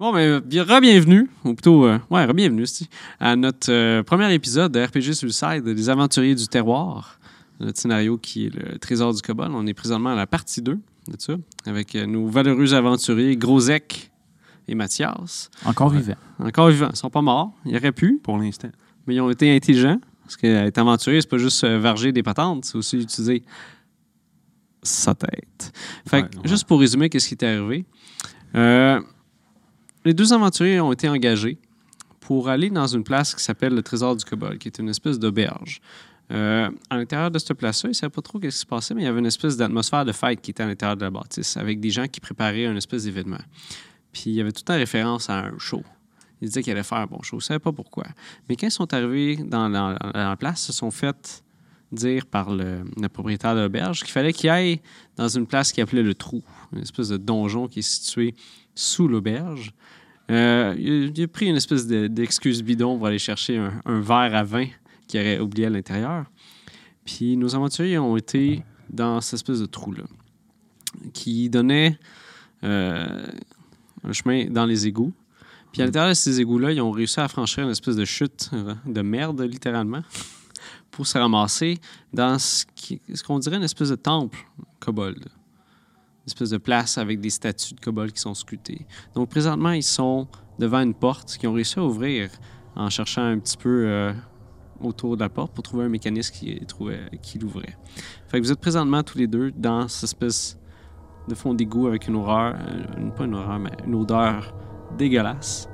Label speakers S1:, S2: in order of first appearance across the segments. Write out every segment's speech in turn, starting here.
S1: Bon, ben, bien- re-bienvenue, ou plutôt, euh, ouais, re-bienvenue, c'ti, à notre euh, premier épisode de RPG Suicide, des aventuriers du terroir. Notre scénario qui est le trésor du Cobol. On est présentement à la partie 2 de ça, avec euh, nos valeureux aventuriers Grosek et Mathias.
S2: Encore vivant.
S1: Encore vivants, ils sont pas morts, ils auraient pu,
S3: pour l'instant.
S1: mais ils ont été intelligents. Parce que euh, être aventurier, c'est pas juste euh, varger des patentes, c'est aussi utiliser sa tête. Fait que,
S3: Ouais, ouais.
S1: juste pour résumer, qu'est-ce qui est arrivé? Euh, les deux aventuriers ont été engagés pour aller dans une place qui s'appelle le Trésor du Cobol, qui est une espèce d'auberge. Euh, à l'intérieur de cette place-là, ils ne savaient pas trop ce qui se passait, mais il y avait une espèce d'atmosphère de fête qui était à l'intérieur de la bâtisse, avec des gens qui préparaient un espèce d'événement. Puis il y avait tout en référence à un show. Ils disaient qu'ils allaient faire un bon show. Ils ne savaient pas pourquoi. Mais quand ils sont arrivés dans la, dans la place, ils se sont fait dire par le, le propriétaire de l'auberge qu'il fallait qu'ils aillent dans une place qui appelait le Trou, une espèce de donjon qui est situé sous l'auberge. Euh, il, a- il a pris une espèce de- d'excuse bidon pour aller chercher un, un verre à vin qu'il aurait oublié à l'intérieur. Puis nos aventuriers ont été dans cette espèce de trou-là, qui donnait euh, un chemin dans les égouts. Puis à l'intérieur de ces égouts-là, ils ont réussi à franchir une espèce de chute euh, de merde, littéralement, pour se ramasser dans ce qui- ce qu'on dirait une espèce de temple kobold. Une espèce de place avec des statues de kobold qui sont sculptées. Donc présentement, ils sont devant une porte qu'ils ont réussi à ouvrir en cherchant un petit peu euh, autour de la porte pour trouver un mécanisme qui, trouvait- qui l'ouvrait. Fait que vous êtes présentement tous les deux dans cette espèce de fond d'égout avec une horreur, euh, une- pas une horreur, mais une odeur dégueulasse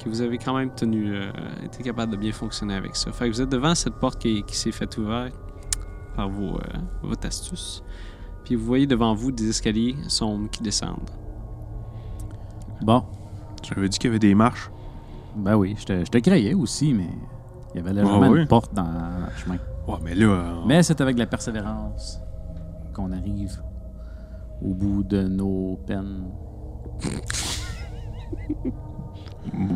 S1: que vous avez quand même tenu, euh, été capable de bien fonctionner avec ça. Fait que vous êtes devant cette porte qui, qui s'est faite ouverte par vos, euh, votre astuce. Puis vous voyez devant vous des escaliers sombres qui descendent.
S2: Bon,
S3: Tu avais dit qu'il y avait des marches.
S2: ben oui, je te, je te créais aussi, mais il y avait légèrement
S3: Ah oui?
S2: une porte dans le chemin.
S3: Ouais, mais là, euh,
S2: Mais c'est avec la persévérance qu'on arrive au bout de nos peines.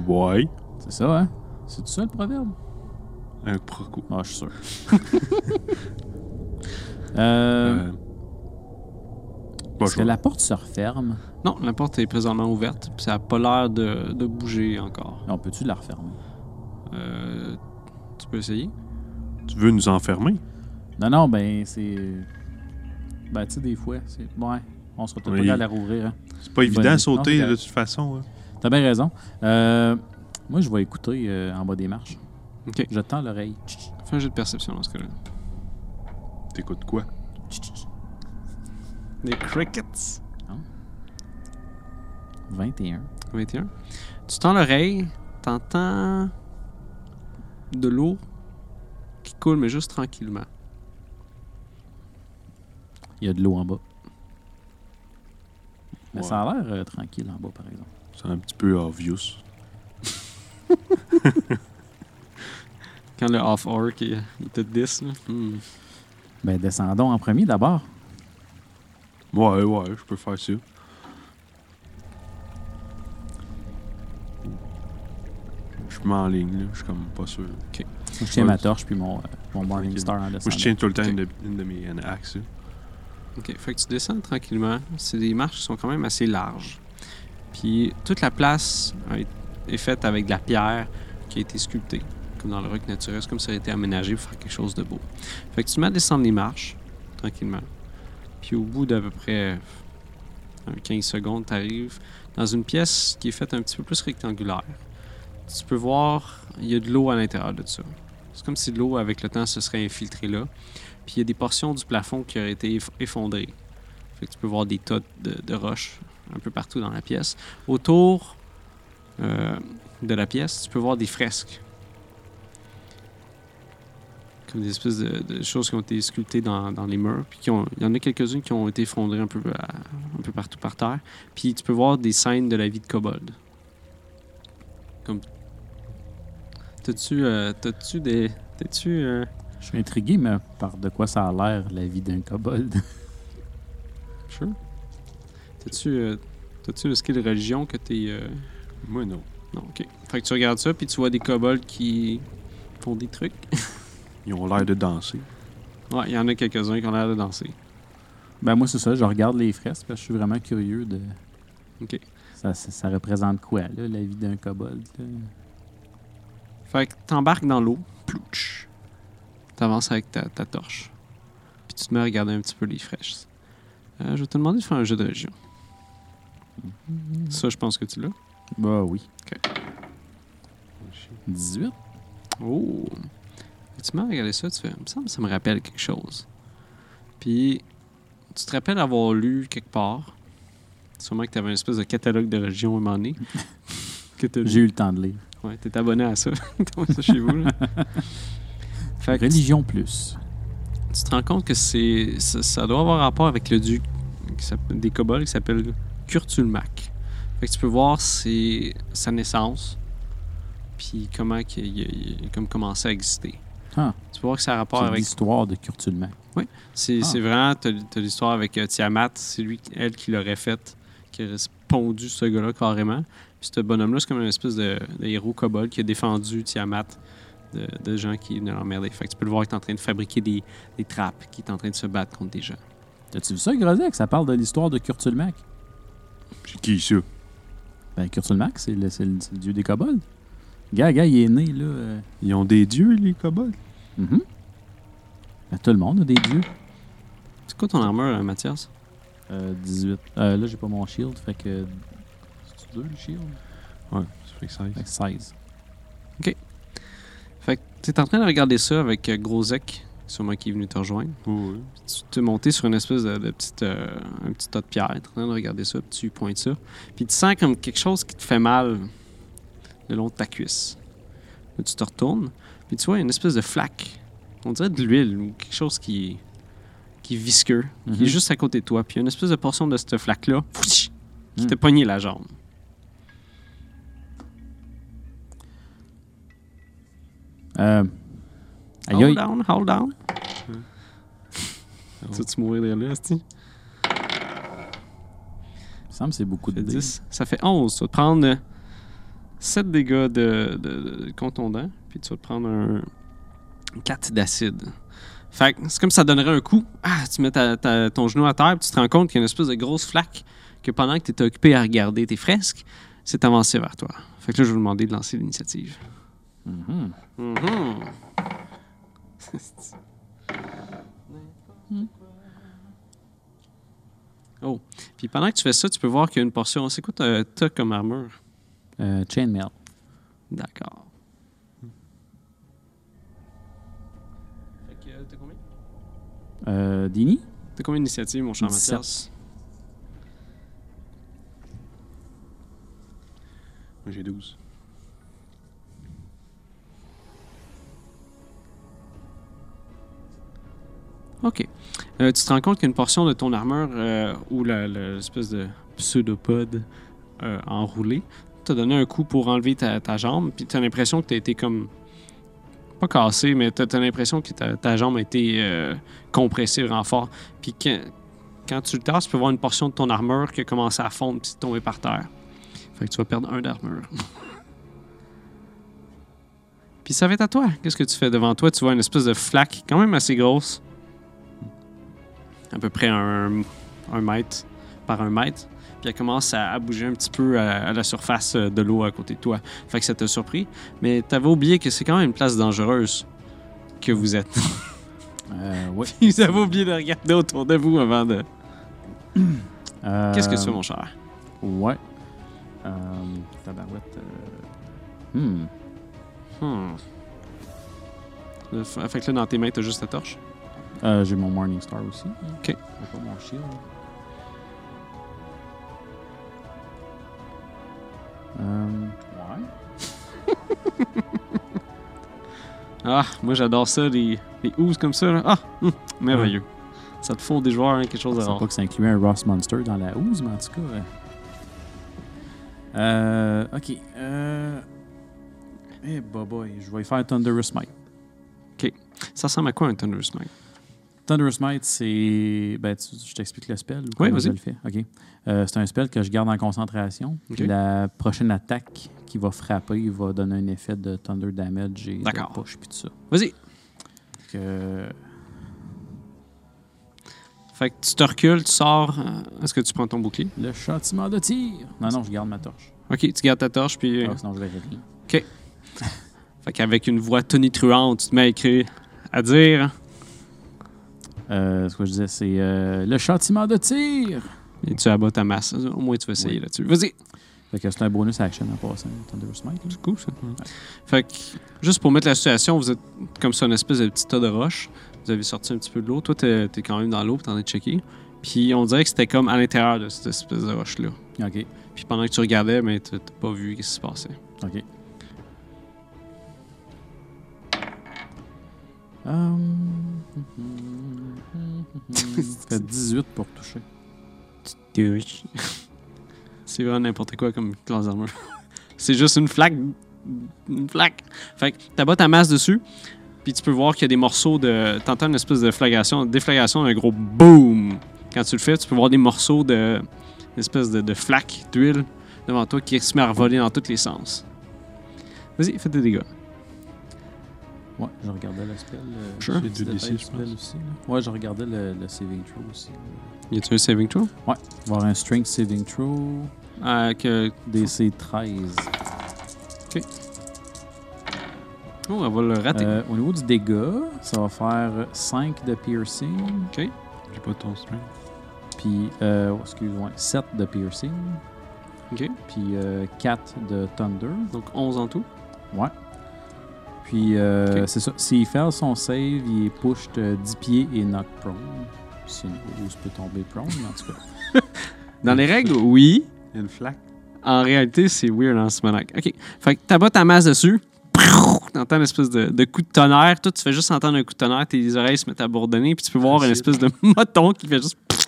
S3: ouais.
S2: C'est ça, hein? C'est ça le proverbe?
S3: Un proco.
S2: Ah, je suis sûr. euh,
S3: Euh,
S2: Est-ce que
S3: bonjour.
S2: la porte se referme?
S1: Non, la porte est présentement ouverte, puis ça n'a pas l'air de, de bouger encore.
S2: On peut-tu la refermer?
S1: Euh, tu peux essayer?
S3: Tu veux nous enfermer?
S2: Non, non, ben c'est... Ben tu sais, des fois, c'est... Ouais, on sera peut-être
S3: Oui.
S2: pas capable de la rouvrir, hein?
S3: C'est pas évident
S2: Bonne-
S3: à
S2: Non, c'est
S3: sauter de
S2: correct.
S3: toute façon. hein.
S2: T'as bien raison. Euh, moi, je vais écouter euh, en bas des marches.
S1: Ok.
S2: Je tends l'oreille. Tch, tch,
S1: Fais un jeu de perception dans ce cas-là.
S3: T'écoutes quoi?
S2: tch, tch, tch.
S1: Des crickets!
S2: 21.
S1: 21. Tu tends l'oreille, t'entends de l'eau qui coule, mais juste tranquillement.
S2: Il y a de l'eau en bas. Mais
S3: Ouais.
S2: ça a l'air euh, tranquille en bas, par exemple.
S3: C'est un petit peu obvious.
S1: Quand le off-orc, il, il te 10, là. Hmm.
S2: Ben, descendons en premier d'abord.
S3: Ouais, ouais, je peux faire ça. Je m'enligne, là. Je suis comme pas sûr.
S2: Je tiens
S3: Ouais.
S2: ma torche puis mon, euh, mon Morning
S3: Tranquille.
S2: Star en
S3: Moi, je
S2: descendant.
S3: tiens tout le temps
S1: Ok.
S3: une de, une de mes une axe. là.
S1: OK. Fait que tu descends tranquillement. C'est des marches qui sont quand même assez larges. Puis toute la place a été- est faite avec de la pierre qui a été sculptée, comme dans le roc naturel. C'est comme si ça a été aménagé pour faire quelque chose de beau. Fait que tu te mets à descendre les marches tranquillement. Puis au bout d'à peu près un 15 secondes, tu arrives dans une pièce qui est faite un petit peu plus rectangulaire. Tu peux voir, il y a de l'eau à l'intérieur de ça. C'est comme si de l'eau, avec le temps, se serait infiltrée là. Puis il y a des portions du plafond qui auraient été eff- effondrées. Fait que tu peux voir des tas de, de roches un peu partout dans la pièce. Autour euh, de la pièce, tu peux voir des fresques. Comme des espèces de, de choses qui ont été sculptées dans, dans les murs. Puis qui ont- il y en a quelques-unes qui ont été effondrées un peu, à- un peu partout par terre. Puis tu peux voir des scènes de la vie de Kobold. Comme. T'as-tu. euh, T'as-tu des. T'as-tu. euh,
S2: Je suis intrigué, mais par de quoi ça a l'air, la vie d'un kobold.
S1: Sure. T'as-tu, euh, t'as-tu un skill religion que t'es. euh,
S3: Moi, non.
S1: Non, ok. Fait que tu regardes ça, puis tu vois des kobolds qui font des trucs.
S3: Ils ont l'air de danser.
S1: Ouais, il y en a quelques-uns qui ont l'air de danser.
S2: ben, moi, c'est ça. Je regarde les fresques parce que je suis vraiment curieux de...
S1: Ok.
S2: Ça, ça, ça représente quoi, là, la vie d'un kobold? là?
S1: Fait que t'embarques dans l'eau, plouch. T'avances avec ta, ta torche. Puis tu te mets à regarder un petit peu les fraîches. Euh, je vais te demander de faire un jeu de région. Ça, je pense que tu l'as.
S2: Bah oui.
S3: Oh, shit.
S2: 18?
S1: Oh! Tu m'as regardé ça, tu fais, il me semble que ça me rappelle quelque chose. Puis, tu te rappelles avoir lu quelque part, sûrement que tu avais une espèce de catalogue de régions à un moment donné, que t'as lu.
S2: J'ai eu le temps de lire.
S1: Ouais, t'es abonné à ça. T'as ça chez vous, là. Fait que tu,
S2: Religion plus.
S1: tu te rends compte que c'est ça, ça doit avoir rapport avec le dieu qui s'appelle- des kobolds qui s'appelle Kurtulmak. Fait que tu peux voir ses- sa naissance, puis comment qu'il- il, il- il a comme commencé à exister.
S2: Ah.
S1: Tu peux voir que ça a rapport
S2: C'est
S1: avec
S2: l'histoire de Curtulman.
S1: C'est
S2: Ah.
S1: c'est vraiment, t'as t'as l'histoire avec euh, Tiamat, c'est lui, elle qui l'aurait faite, qui a pondu ce gars-là carrément. Puis ce bonhomme-là, c'est comme une espèce de, de héros kobold qui a défendu Tiamat de, de gens qui venaient l'emmerder. Fait que tu peux le voir qui est en train de fabriquer des, des trappes, qui est en train de se battre contre des gens.
S2: T'as-tu vu ça, Grosec? Ça parle de l'histoire de Curtulmac.
S3: C'est qui ça?
S2: Ben, Curtulmac, c'est le, c'est le- c'est le dieu des kobolds. Gars, gars, il est né, là. euh,
S3: Ils ont des dieux, les kobolds?
S2: mhm. Ben, tout le monde a des dieux.
S1: C'est quoi ton armure, hein, Mathias?
S2: Euh, 18. Euh, là, j'ai pas mon shield, fait que. C'est-tu deux, le shield?
S3: Ouais, ça fait que ça.
S2: Fait que 16.
S1: Fait que t'es en train de regarder ça avec euh, Grosek, sûrement qui est venu te rejoindre.
S3: Oh, Ouais, ouais.
S1: tu t'es monté sur une espèce de, de petite, euh, un petit tas de pierres, t'es en train de regarder ça, puis tu pointes ça. Puis tu sens comme quelque chose qui te fait mal le long de ta cuisse. Là, tu te retournes, puis tu vois une espèce de flaque. On dirait de l'huile ou quelque chose qui, qui est visqueux, qui
S2: Mhm.
S1: est juste à côté de toi. Puis il y a une espèce de portion de cette flaque-là fouish, qui
S2: Mm.
S1: t'a pogné la jambe.
S2: Euh. Aïe, aïe.
S1: Hold down, hold down.
S3: Oh.
S1: Tu vas-tu mourir derrière là, esti?
S2: Il me semble que c'est beaucoup de
S1: Ça fait
S2: dés.
S1: 10. Ça fait 11. Tu vas te prendre 7 dégâts de, de- de contondant, puis tu vas te prendre un 4 d'acide. Fait que c'est comme ça donnerait un coup. Ah, tu mets ta- ta- ton genou à terre, puis tu te rends compte qu'il y a une espèce de grosse flaque que pendant que tu étais occupé à regarder tes fresques, c'est avancé vers toi. Fait que là, je vais vous demander de lancer l'initiative.
S2: Mhm.
S1: Mhm. oh, puis pendant que tu fais ça, tu peux voir qu'il y a une portion. C'est quoi t'as t'as comme armure?
S2: Euh, chainmail.
S1: D'accord. Fait que t'as combien?
S2: Euh, Dini?
S1: T'as combien d'initiatives, mon cher
S2: 17.
S1: Mathias?
S3: Moi, j'ai 12.
S1: OK. Euh, tu te rends compte qu'une portion de ton armure euh, ou la- la- l'espèce de pseudopode euh, enroulé t'a donné un coup pour enlever ta, ta jambe, puis t'as l'impression que t'as été comme... Pas cassé, mais t'as t'as l'impression que ta, ta jambe a été euh, compressée vraiment fort. Puis quand, quand tu le tasses, tu peux voir une portion de ton armure qui a commencé à fondre puis tomber par terre. Fait que tu vas perdre un d'armure. puis ça va être à toi. Qu'est-ce que tu fais devant toi? Tu vois une espèce de flaque quand même assez grosse à peu près un, un mètre par un mètre. Puis elle commence à, à bouger un petit peu à, à la surface euh, de l'eau à côté de toi. Fait que ça t'a surpris. Mais t'avais oublié que c'est quand même une place dangereuse que vous êtes.
S2: Euh, ouais.
S1: Vous avez oublié de regarder autour de vous avant de.
S2: Euh,
S1: Qu'est-ce que c'est, mon cher?
S2: Ouais. Euh, tabarouette. euh, Hmm.
S1: Hmm. Le- Fait que là, dans tes mains, t'as juste la torche.
S2: Euh, J'ai mon Morning Star aussi.
S1: Ok.
S2: J'ai pas mon shield. Euh, ouais.
S1: Ah, moi, j'adore ça, les, les oozes comme ça. là. Ah, hum, merveilleux. Ça te faut des joueurs, hein, quelque chose
S2: Je
S1: à
S2: sais
S1: rare.
S2: pas que ça incluait un Ross Monster dans la housse, mais en tout cas. euh, Euh, ok. Euh... Eh, bah boy, je vais faire Thunderous Smite.
S1: Ça ressemble à quoi un Thunder Smite?
S2: Thunderous Smite, c'est. Ben, tu- je t'explique le spell. ou
S1: Oui,
S2: comment
S1: vas-y.
S2: je le fais? OK. Euh, c'est un spell que je garde en concentration. Puis
S1: OK.
S2: La prochaine attaque qui va frapper, il va donner un effet de Thunder Damage et
S1: D'accord.
S2: de push puis tout ça.
S1: Vas-y.
S2: Fait que-
S1: Fait que tu te recules, tu sors. euh, Est-ce que tu prends ton bouclier?
S2: Le châtiment de tir. Non, non, je garde ma torche.
S1: OK, tu gardes ta torche, puis... euh,
S2: Ah, sinon, je verrai rien.
S1: Fait qu'avec une voix tonitruante, tu te mets à écrire, à dire...
S2: Euh, ce que je disais, c'est euh, le châtiment de tir.
S1: Et tu abats ta masse. Au moins, tu vas essayer
S2: Oui.
S1: là-dessus. Vas-y!
S2: Fait que c'est un bonus action en passant. Thunder Smite. là.
S1: C'est cool, ça. Fait que, juste pour mettre la situation, vous êtes comme sur une espèce de petit tas de roches. Vous avez sorti un petit peu de l'eau. Toi, t'es t'es quand même dans l'eau, puis t'en es checké. Puis on dirait que c'était comme à l'intérieur de cette espèce de roche-là.
S2: OK.
S1: Puis pendant que tu regardais, mais t'as t'as pas vu ce qui se passait.
S2: OK. Hum, hum, hum, hum, hum. Ça fait 18 pour toucher.
S1: C'est vraiment n'importe quoi comme classe d'armure. C'est juste une flaque. Une flaque. Fait que t'abats ta masse dessus, puis tu peux voir qu'il y a des morceaux de. T'entends une espèce de flagration, déflagration, un gros boom. Quand tu le fais, tu peux voir des morceaux de. Une espèce de, de flaque d'huile devant toi qui se met à revoler dans tous les sens. Vas-y, fais des dégâts.
S2: Ouais, je regardais le spell. euh,
S1: Sure.
S2: le
S3: Hein? C'est
S2: petit
S3: deux
S2: détail
S3: D6,
S2: du
S3: je
S2: spell
S3: pense.
S2: aussi, là. Ouais, je regardais le, le saving throw aussi.
S1: Y a-tu un saving throw
S2: Voir un strength saving throw.
S1: Ah, que...
S2: DC 13.
S1: Oh, elle va le rater.
S2: Euh, au niveau du dégât, ça va faire 5 de piercing,
S3: J'ai pas ton string.
S2: puis, euh, oh, excuse, moi 7 de piercing,
S1: Ok,
S2: puis euh, 4 de thunder.
S1: donc 11 en tout.
S2: Puis, euh,
S1: Ok.
S2: c'est ça. S'il fait son save, il est pushed euh, 10 pieds et knock prone. C'est une grosse peut tomber prone, mais en tout cas.
S1: Dans les règles, oui.
S3: Il y a une flaque.
S1: En réalité, c'est weird en ce moment. OK. Fait que t'abats ta masse dessus. Prrrr, T'entends une espèce de, de coup de tonnerre. Toi, tu fais juste entendre un coup de tonnerre. Tes oreilles se mettent à bourdonner. Puis tu peux voir une espèce de moton qui fait juste... pfff.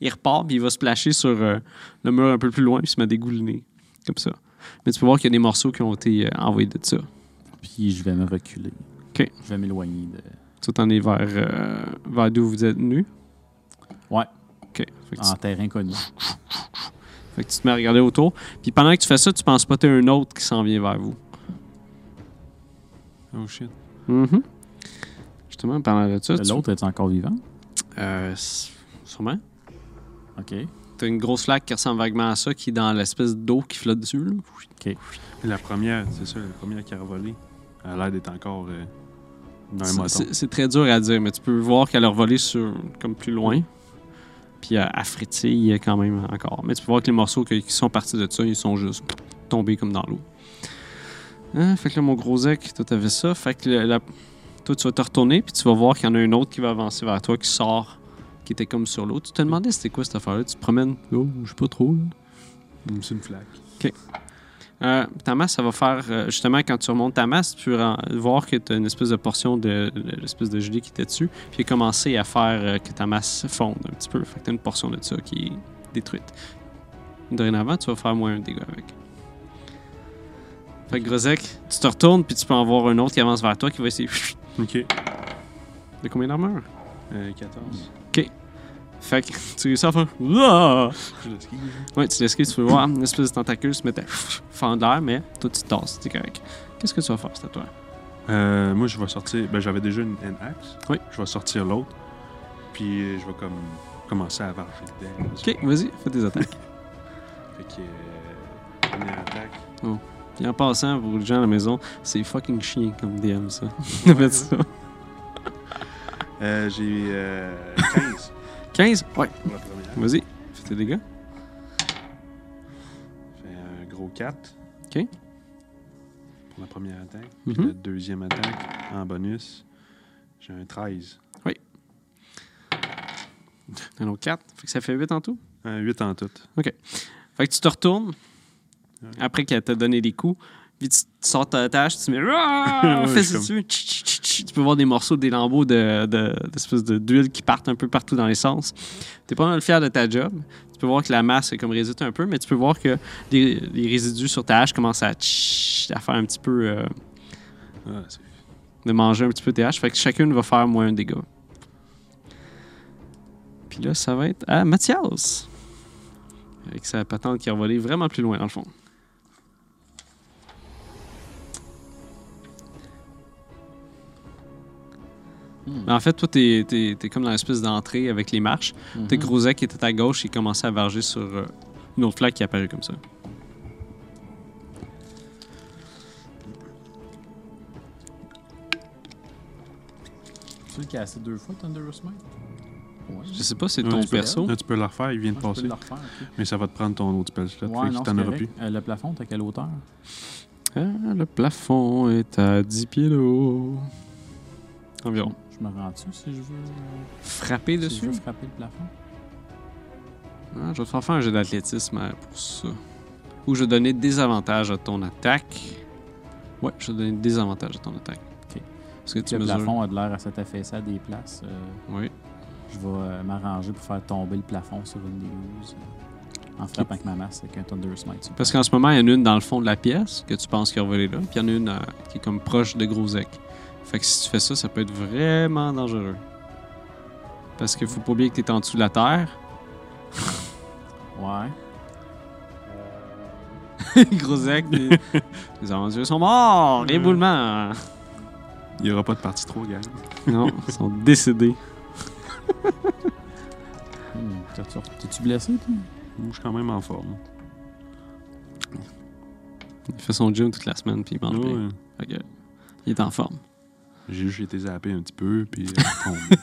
S1: Il repart, puis il va se plasher sur euh, le mur un peu plus loin. Puis il se met à dégouliner. Comme ça. Mais tu peux voir qu'il y a des morceaux qui ont été euh, envoyés de ça.
S2: Puis, je vais me reculer.
S1: Ok.
S2: Je vais m'éloigner de...
S1: Tu t'en es vers, euh, vers d'où vous êtes nus.
S2: Ouais. Ah.
S1: OK. Fait que tu
S2: en terre inconnue.
S1: Fait que tu te mets à regarder autour. Puis pendant que tu fais ça, tu penses pas que t'as un autre qui s'en vient vers vous.
S3: Oh shit.
S1: Mhm. Justement, parlant de ça, tu-
S2: Euh, L'autre est encore vivant.
S1: Euh, s- sûrement.
S2: OK.
S1: T'as une grosse flaque qui ressemble vaguement à ça, qui est dans l'espèce d'eau qui flotte dessus. là.
S3: Et la première, c'est ça, la première qui a revolé, elle a l'air d'être encore euh, dans le
S1: C'est-
S3: moton.
S1: C'est c'est très dur à dire, mais tu peux voir qu'elle a revolé sur, comme plus loin. Puis euh, elle, elle frétille quand même encore. Mais tu peux voir que les morceaux que- qui sont partis de ça, ils sont juste tombés comme dans l'eau. Hein? Fait que là, mon gros zec, toi, t'avais ça. Fait que le- la- toi, tu vas te retourner, puis tu vas voir qu'il y en a un autre qui va avancer vers toi, qui sort, qui était comme sur l'eau. Tu te demandais c'était quoi cette affaire-là. Tu te promènes. Oh, je sais pas trop. là.
S3: Mm, C'est une flaque.
S1: Euh, ta masse, ça va faire euh, justement quand tu remontes ta masse, tu peux ren- voir que tu as une espèce de portion de de l'espèce de gelée qui était dessus, puis il a commencé à faire euh, que ta masse fonde un petit peu. Fait que tu as une portion de ça qui est détruite. Dorénavant, tu vas faire moins un dégât avec. Fait que Grozek, tu te retournes, puis tu peux en voir un autre qui avance vers toi qui va essayer.
S3: Ok.
S1: De combien d'armure
S3: Euh, 14.
S1: Fait que tu réussis à faire. Ouah!
S3: Je l'esquive.
S1: Ouais, tu l'esquives, tu peux voir une espèce de tentacule se mettre à fendre l'air, mais toi tu te tasses, t'es correct. Qu'est-ce que tu vas faire, c'est à toi
S3: Euh, moi, je vais sortir. Ben, j'avais déjà une, une axe.
S1: Oui.
S3: Je vais sortir l'autre. Puis euh, je vais comme commencer à varger dedans.
S1: Ok, vas-y, fais tes attaques.
S3: Fait que. euh, Première attaque.
S1: Puis en passant, pour les gens à la maison, c'est fucking chien comme DM, ça. Faites ça.
S3: Euh, j'ai euh, 15
S1: 15? Ouais.
S3: pour la première.
S1: Vas-y, fais tes dégâts.
S3: Fait un gros 4.
S1: Ok.
S3: Pour la première attaque. Puis
S1: Mhm.
S3: la deuxième attaque, en bonus, j'ai un 13.
S1: Un autre 4. Fait que ça fait 8 en tout.
S3: Un 8 en tout.
S1: Fait que tu te retournes,
S3: Ouais.
S1: après qu'elle t'a donné des coups, puis tu, tu sors ta tâche, tu mets...
S3: Ouais,
S1: fais
S3: je
S1: ça
S3: suis
S1: dessus. Tch, tch, tch, tch. Tu peux voir des morceaux, des lambeaux de- de- d'espèces de, d'huile qui partent un peu partout dans les sens. T'es pas mal fier de ta job. Tu peux voir que la masse est comme réduite un peu, mais tu peux voir que les, les résidus sur ta hache commencent à, tch, à faire un petit peu... euh,
S3: Ah, c'est-
S1: de manger un petit peu de TH. Fait que chacune va faire moins un dégât. Puis là, ça va être à Mathias. Avec sa patente qui a volé vraiment plus loin, dans le fond.
S2: Hmm.
S1: Mais en fait, toi, t'es es, comme dans l'espèce d'entrée avec les marches. T'as
S2: Mhm.
S1: Grosac qui était à gauche, il commençait à varger sur euh, une autre flaque qui apparut comme ça.
S2: Tu le casser deux fois, Thunderous Might? Ouais.
S1: Je sais pas, c'est
S3: Ouais,
S1: ton
S3: tu peux-
S1: perso.
S3: Là, tu peux la refaire, il vient de
S2: Ouais, je peux
S3: passer.
S2: le refaire, ok.
S3: Mais ça va te prendre ton autre spell slot.
S2: Ouais,
S3: fait que
S2: non,
S3: t'en
S2: c'est
S3: auras plus.
S2: correct. Euh, le plafond, t'as quelle hauteur?
S1: Ah, le plafond est à 10 pieds de haut. Environ.
S2: Je me rends dessus si je veux. euh,
S1: Frapper
S2: si je
S1: dessus?
S2: veux frapper le plafond.
S1: Ah, je vais te faire faire un jeu d'athlétisme euh, pour ça. Ou je vais donner des avantages à ton attaque. Ouais, je vais donner des avantages à ton attaque.
S2: Ok.
S1: Parce que tu
S2: le
S1: mesures.
S2: plafond a de l'air à s'être affaissé à des places. euh,
S1: Oui.
S2: je vais euh, m'arranger pour faire tomber le plafond sur une des gousses, euh, en frappant avec ma masse avec un Thunder Smite.
S1: Parce qu'en ce moment, il y en a une dans le fond de la pièce que tu penses qu'il a volé là, puis il y en a une euh, qui est comme proche de Grosec. Fait que si tu fais ça, ça peut être vraiment dangereux. Parce qu'il faut pas oublier que t'es en dessous de la terre.
S2: Ouais.
S1: Grosec, les, les aventuriers sont morts! Éboulement!
S3: Il n'y aura pas de partie 3, gang.
S1: non, ils sont décédés.
S2: Hmm, t'as-tu- T'es-tu blessé, toi?
S3: Moi, Je suis quand même en forme.
S1: Il fait son gym toute la semaine, puis il mange bien.
S3: Ouais.
S1: Fait que, il est en forme.
S3: euh, J'ai juste été zappé un petit peu, puis euh, tombé.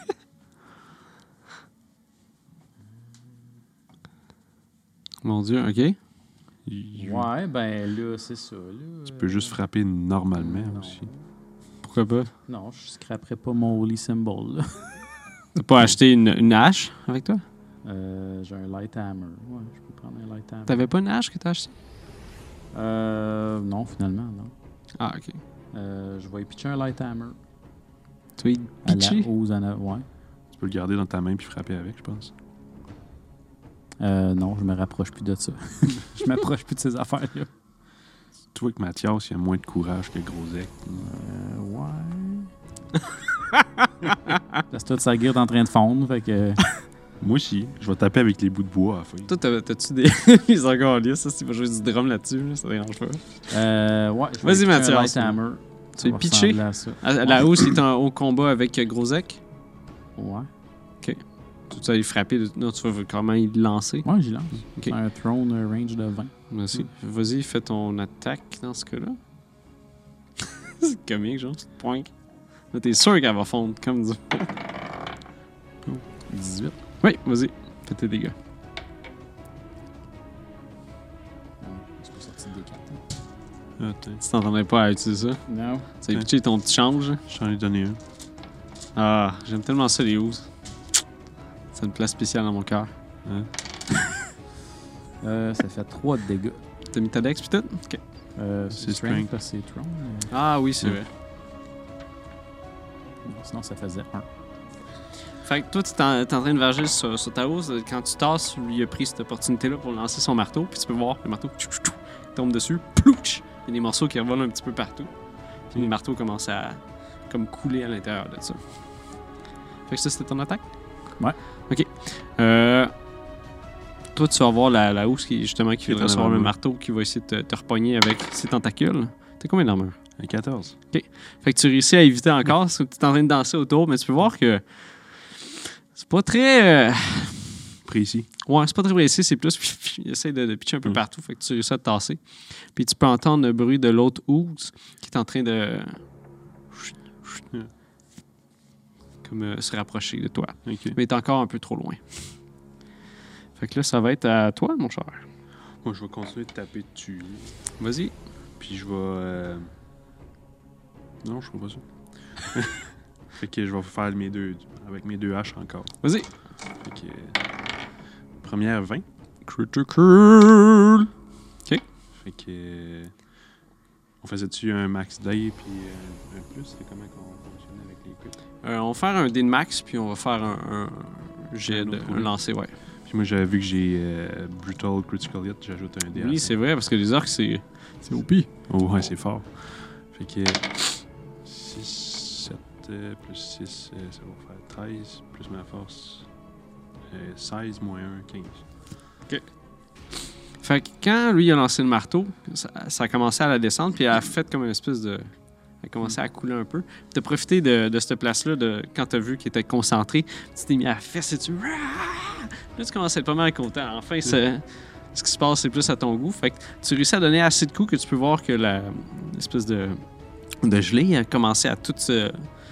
S1: Mon Dieu, OK.
S3: Il-
S2: Ouais, ben là, c'est ça. Là,
S3: Tu peux juste frapper normalement aussi.
S1: Pourquoi pas?
S2: Non, je scraperais pas mon Holy Symbol. là.
S1: T'as pas acheté une, une hache avec toi?
S2: Euh, J'ai un Light Hammer. Ouais, je peux prendre un Light Hammer.
S1: T'avais pas une hache que t'as achetée?
S2: Euh, non, finalement, non.
S1: Ah, OK.
S2: Euh, je vais y pitcher un Light Hammer.
S1: Tu es
S2: À
S1: pitché?
S2: la hausse en avant. Ouais.
S3: Tu peux le garder dans ta main puis frapper avec, je pense.
S2: Euh, non, je me rapproche plus de ça. je m'approche plus de ces affaires-là.
S3: Tu vois que Mathias, il a moins de courage que Grosec.
S2: Euh, ouais. Là, c'est toute sa guirde en train de fondre, fait que...
S3: Moi aussi, je vais taper avec les bouts de bois à la fin.
S1: Toi, t'as- t'as-tu des. Ils ont gagné, ça, si tu vas jouer du drum là-dessus, là, ça dérange pas.
S2: Euh, ouais, je vais
S1: Vas-y,
S2: pitcher un
S1: Mathias.
S2: Light Hammer. Ça
S1: Tu es
S2: va
S1: pitché.
S2: ressembler à ça.
S1: À, à la hausse, il est en haut combat avec euh, Grosek.
S2: Ouais.
S1: Tu vas aller frapper. de- Non, tu vas comment il lancer.
S2: Ouais, j'y lance.
S1: Ok.
S2: C'est un throne un range de 20.
S1: Merci. Mm. Vas-y, fais ton attaque dans ce cas-là. C'est comique, genre, tu te pointes. Là, t'es sûr qu'elle va fondre, comme du.
S2: 18.
S1: Oui, vas-y, fais tes dégâts.
S2: C'est pas sorti des cartes.
S3: Ah, tiens,
S1: Tu t'entendais pas à utiliser ça.
S2: Non.
S1: Tu as pitché ton petit change.
S3: je t'en ai donné un.
S1: Ah, j'aime tellement ça, les housses. C'est une place spéciale dans mon cœur.
S3: Hein?
S2: Euh, ça fait 3 de dégâts.
S1: T'as mis ta dex, peut-être? Ok.
S2: Euh,
S3: C'est
S2: c'est strength
S3: strength.
S2: parce que c'est throne. euh,
S1: Ah oui, c'est
S3: Mm.
S1: vrai.
S2: Sinon, ça faisait 1.
S1: Fait que toi, tu t'en- t'es en train de verger sur, sur ta hausse. Quand tu tasses, lui a pris cette opportunité-là pour lancer son marteau. Puis tu peux voir, le marteau tchou, tchou, tchou, tombe dessus. Plouch! Il y a des morceaux qui revolent un petit peu partout. Puis le marteau commence à comme couler à l'intérieur de ça. Fait que ça, c'était ton attaque?
S2: Ouais.
S1: OK. Euh, toi, tu vas voir la, la hausse qui, justement, qui
S3: Qui est
S1: vient
S3: en
S1: recevoir
S3: avant
S1: le
S3: de moi.
S1: marteau qui va essayer de te, te repogner avec ses tentacules. T'as combien d'armure?
S3: Un 14.
S1: Fait que tu réussis à éviter encore, parce que tu es en train de danser autour, mais tu peux voir que c'est pas très. euh,
S3: Précis.
S1: Ouais, c'est pas très précis, c'est plus. Il essaie de, de pitcher un peu
S3: Mm.
S1: partout, fait que tu réussis à te tasser. Puis tu peux entendre le bruit de l'autre housse qui est en train de. Comme euh, se rapprocher de toi.
S3: Ok.
S1: Mais t'es encore un peu trop loin. Fait que là, ça va être à toi, mon cher.
S3: Moi, je vais continuer de taper dessus.
S1: Vas-y.
S3: Puis je vais. euh, Non, je ne pas ça. fait que je vais faire mes deux. Avec mes deux haches encore.
S1: Vas-y.
S3: Fait que. euh, Première 20.
S1: Critical!
S3: Fait que. euh, On faisait-tu un max day puis euh, un plus C'était comment qu'on fonctionnait avec les coups
S1: Euh, on va faire un dé de max, puis on va faire un, un jet,
S3: Un
S1: de,
S3: autre
S1: un
S3: dé.
S1: lancer, ouais.
S3: Puis moi, j'avais vu que j'ai euh, Brutal Critical Hit, j'ajoute un dé à la
S1: Oui,
S3: fin.
S1: c'est vrai, parce que les orques, c'est. C'est OP.
S3: Oh, ouais, c'est fort. Fait que 6, 7 plus 6, ça va faire 13, plus ma force. euh, 16 moins 1, 15.
S1: Fait que quand lui a lancé le marteau, ça, ça a commencé à la descendre, puis elle a fait comme une espèce de. Elle commencé à couler un peu. Tu as profité de, de cette place-là, de, quand tu as vu qu'il était concentré. Tu t'es mis à la fesse et tu. Raaah! Là, tu commences à être pas mal content. Enfin, ce, ce qui se passe, c'est plus à ton goût. Fait que tu réussis à donner assez de coups que tu peux voir que la- l'espèce de, de gelée a commencé à tout se,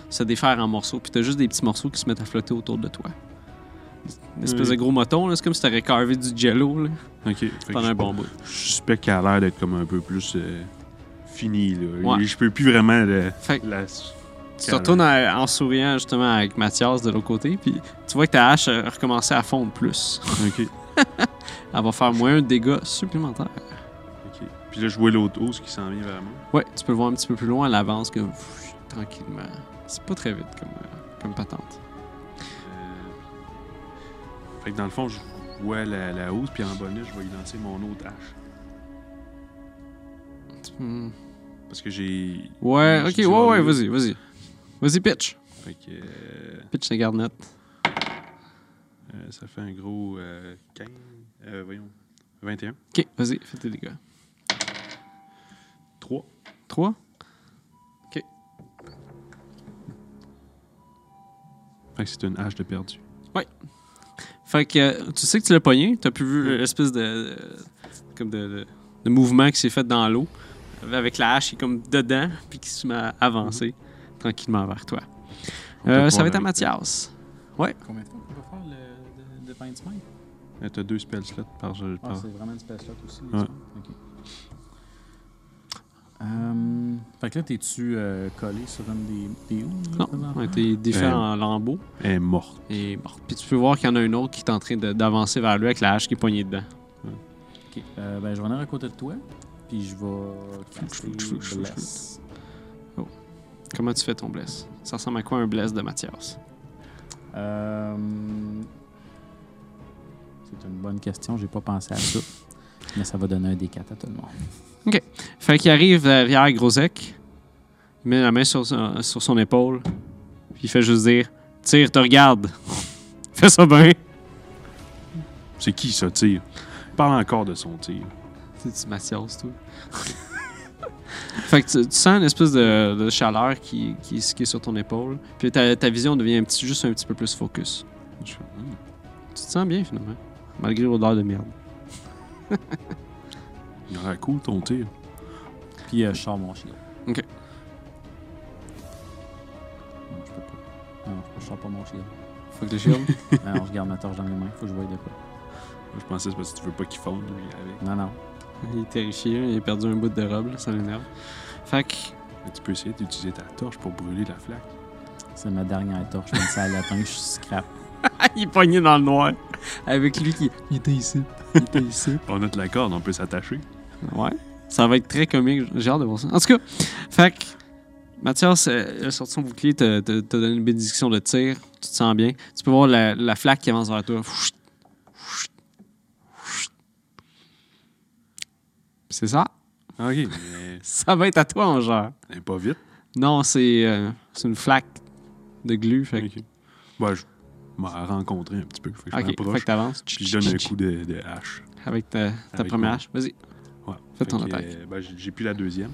S1: se défaire en morceaux. Puis tu as juste des petits morceaux qui se mettent à flotter autour de toi. Une espèce
S3: Oui.
S1: de gros moton, là. c'est comme si tu avais carvé du jello là,
S3: Ok. fait que
S1: pendant
S3: je-
S1: un bon bout.
S3: Je suspecte qu'elle a l'air d'être comme un peu plus euh, finie, là.
S1: Ouais.
S3: Je peux plus vraiment le-
S1: Fait que-
S3: la.
S1: Tu te retournes en, en souriant justement avec Mathias de l'autre côté, puis tu vois que ta hache a recommencé à fondre plus.
S3: Ok.
S1: Elle va faire moins un dégât supplémentaire.
S3: ok. Puis là, je vois l'autre hausse qui s'en vient vers moi.
S1: Ouais, tu peux le voir un petit peu plus loin à l'avance, comme pff, tranquillement. C'est pas très vite comme, euh, comme patente.
S3: Euh, Fait que dans le fond, je vois la, la hausse, puis en bonus, je vais y lancer mon autre hache.
S1: Hmm.
S3: Parce que j'ai.
S1: Ouais,
S3: Je
S1: ok,
S3: dis
S1: ouais,
S3: mon
S1: ouais,
S3: mieux.
S1: vas-y, vas-y. Vas-y, pitch.
S3: Fait que. euh,
S1: Pitch c'est garnette.
S3: euh, ça fait un gros. euh, 15. euh, voyons. 21.
S1: Ok, vas-y, fais tes dégâts.
S3: 3.
S1: 3.
S3: Fait que c'est une hache de perdu.
S1: Fait que euh, tu sais que tu l'as pogné, t'as pu vu l'espèce de, euh, comme de, de- de mouvement qui s'est fait dans l'eau, avec la hache qui est comme dedans, puis qui se met à avancer tranquillement vers toi.
S3: On
S1: Euh,
S3: peut
S1: ça va
S3: voir
S1: être à
S3: avec-
S1: Mathias.
S2: Combien de fois qu'on va faire le, de, de 25?
S3: Euh, T'as deux spell slots par.
S2: Ah,
S3: par-
S2: c'est vraiment une spell slot aussi. les
S3: Ouais.
S2: autres? Ok. Euh, fait que là, t'es-tu euh, collé sur une des, des houles, là,
S1: Non,
S2: présentement?
S1: on a été défait
S3: Euh.
S1: en lambeaux
S3: Elle est morte.
S1: et morte. Puis tu peux voir qu'il y en a un autre qui est en train de- d'avancer vers lui avec la hache qui est poignée dedans.
S2: Ok. Euh, ben, je vais venir à côté de toi, puis je vais
S1: chou, chou,
S2: caster Bless.
S1: Comment tu fais ton bless Ça ressemble à quoi un bless de Mathias
S2: Euh, c'est une bonne question, j'ai pas pensé à ça. Mais ça va donner un D4 à tout le monde.
S1: Fait qu'il arrive derrière Grosek, il met la main sur, son- sur son épaule, puis il fait juste dire Tire, te regarde. Fais ça bien.
S3: C'est qui ça tir? Il parle encore de son tir.
S1: C'est Mathias, toi. fait que tu, tu sens une espèce de, de chaleur qui, qui, qui est sur ton épaule, puis ta, ta vision devient un petit, juste un petit peu plus focus.
S3: Je fais, Hmm.
S1: Tu te sens bien finalement, malgré l'odeur de merde.
S3: Il aurait cool ton tir.
S2: Puis euh, je sors mon shield.
S1: Ok.
S2: Non, je peux pas. Non, je sors pas mon shield.
S1: Faut que le shield.
S2: Alors, je garde ma torche dans les mains. Faut que je voie de quoi.
S3: Je pensais que c'est parce que tu veux pas qu'il fonde, lui, avec.
S2: Non, non.
S1: il est terrifié, il a perdu un bout de robe, là, ça l'énerve. Fait que
S3: Mais tu peux essayer d'utiliser ta torche pour brûler la flaque.
S2: C'est ma dernière torche. Comme ça, à l'atteindre, je suis scrap.
S1: il est pogné dans le noir. Avec lui qui. Il était ici. Il était ici.
S3: On a de la corde, on peut s'attacher.
S1: Ouais. Ça va être très comique. J'ai hâte de voir ça. En tout cas, fait que Mathias euh, a sorti son bouclier, t'a t'a- t'a donné une bénédiction de tir. Tu te sens bien. Tu peux voir la, la flaque qui avance vers toi. C'est ça.
S3: Ok, mais
S1: Ça va être à toi, mon genre.
S3: mais pas vite.
S1: Non, c'est euh, c'est une flaque de glu. Fait que,
S3: Ok. Bah, je m'en rencontré un petit peu. Fait que je
S1: Ok, fait
S3: m'approche.
S1: que t'avances.
S3: Puis je donne un coup de, de hache.
S1: Avec ta, ta
S3: Avec
S1: première
S3: moi.
S1: hache. Vas-y.
S3: Ouais.
S1: Fais ton
S3: que,
S1: attaque.
S3: euh, bah, j'ai j'ai plus la deuxième.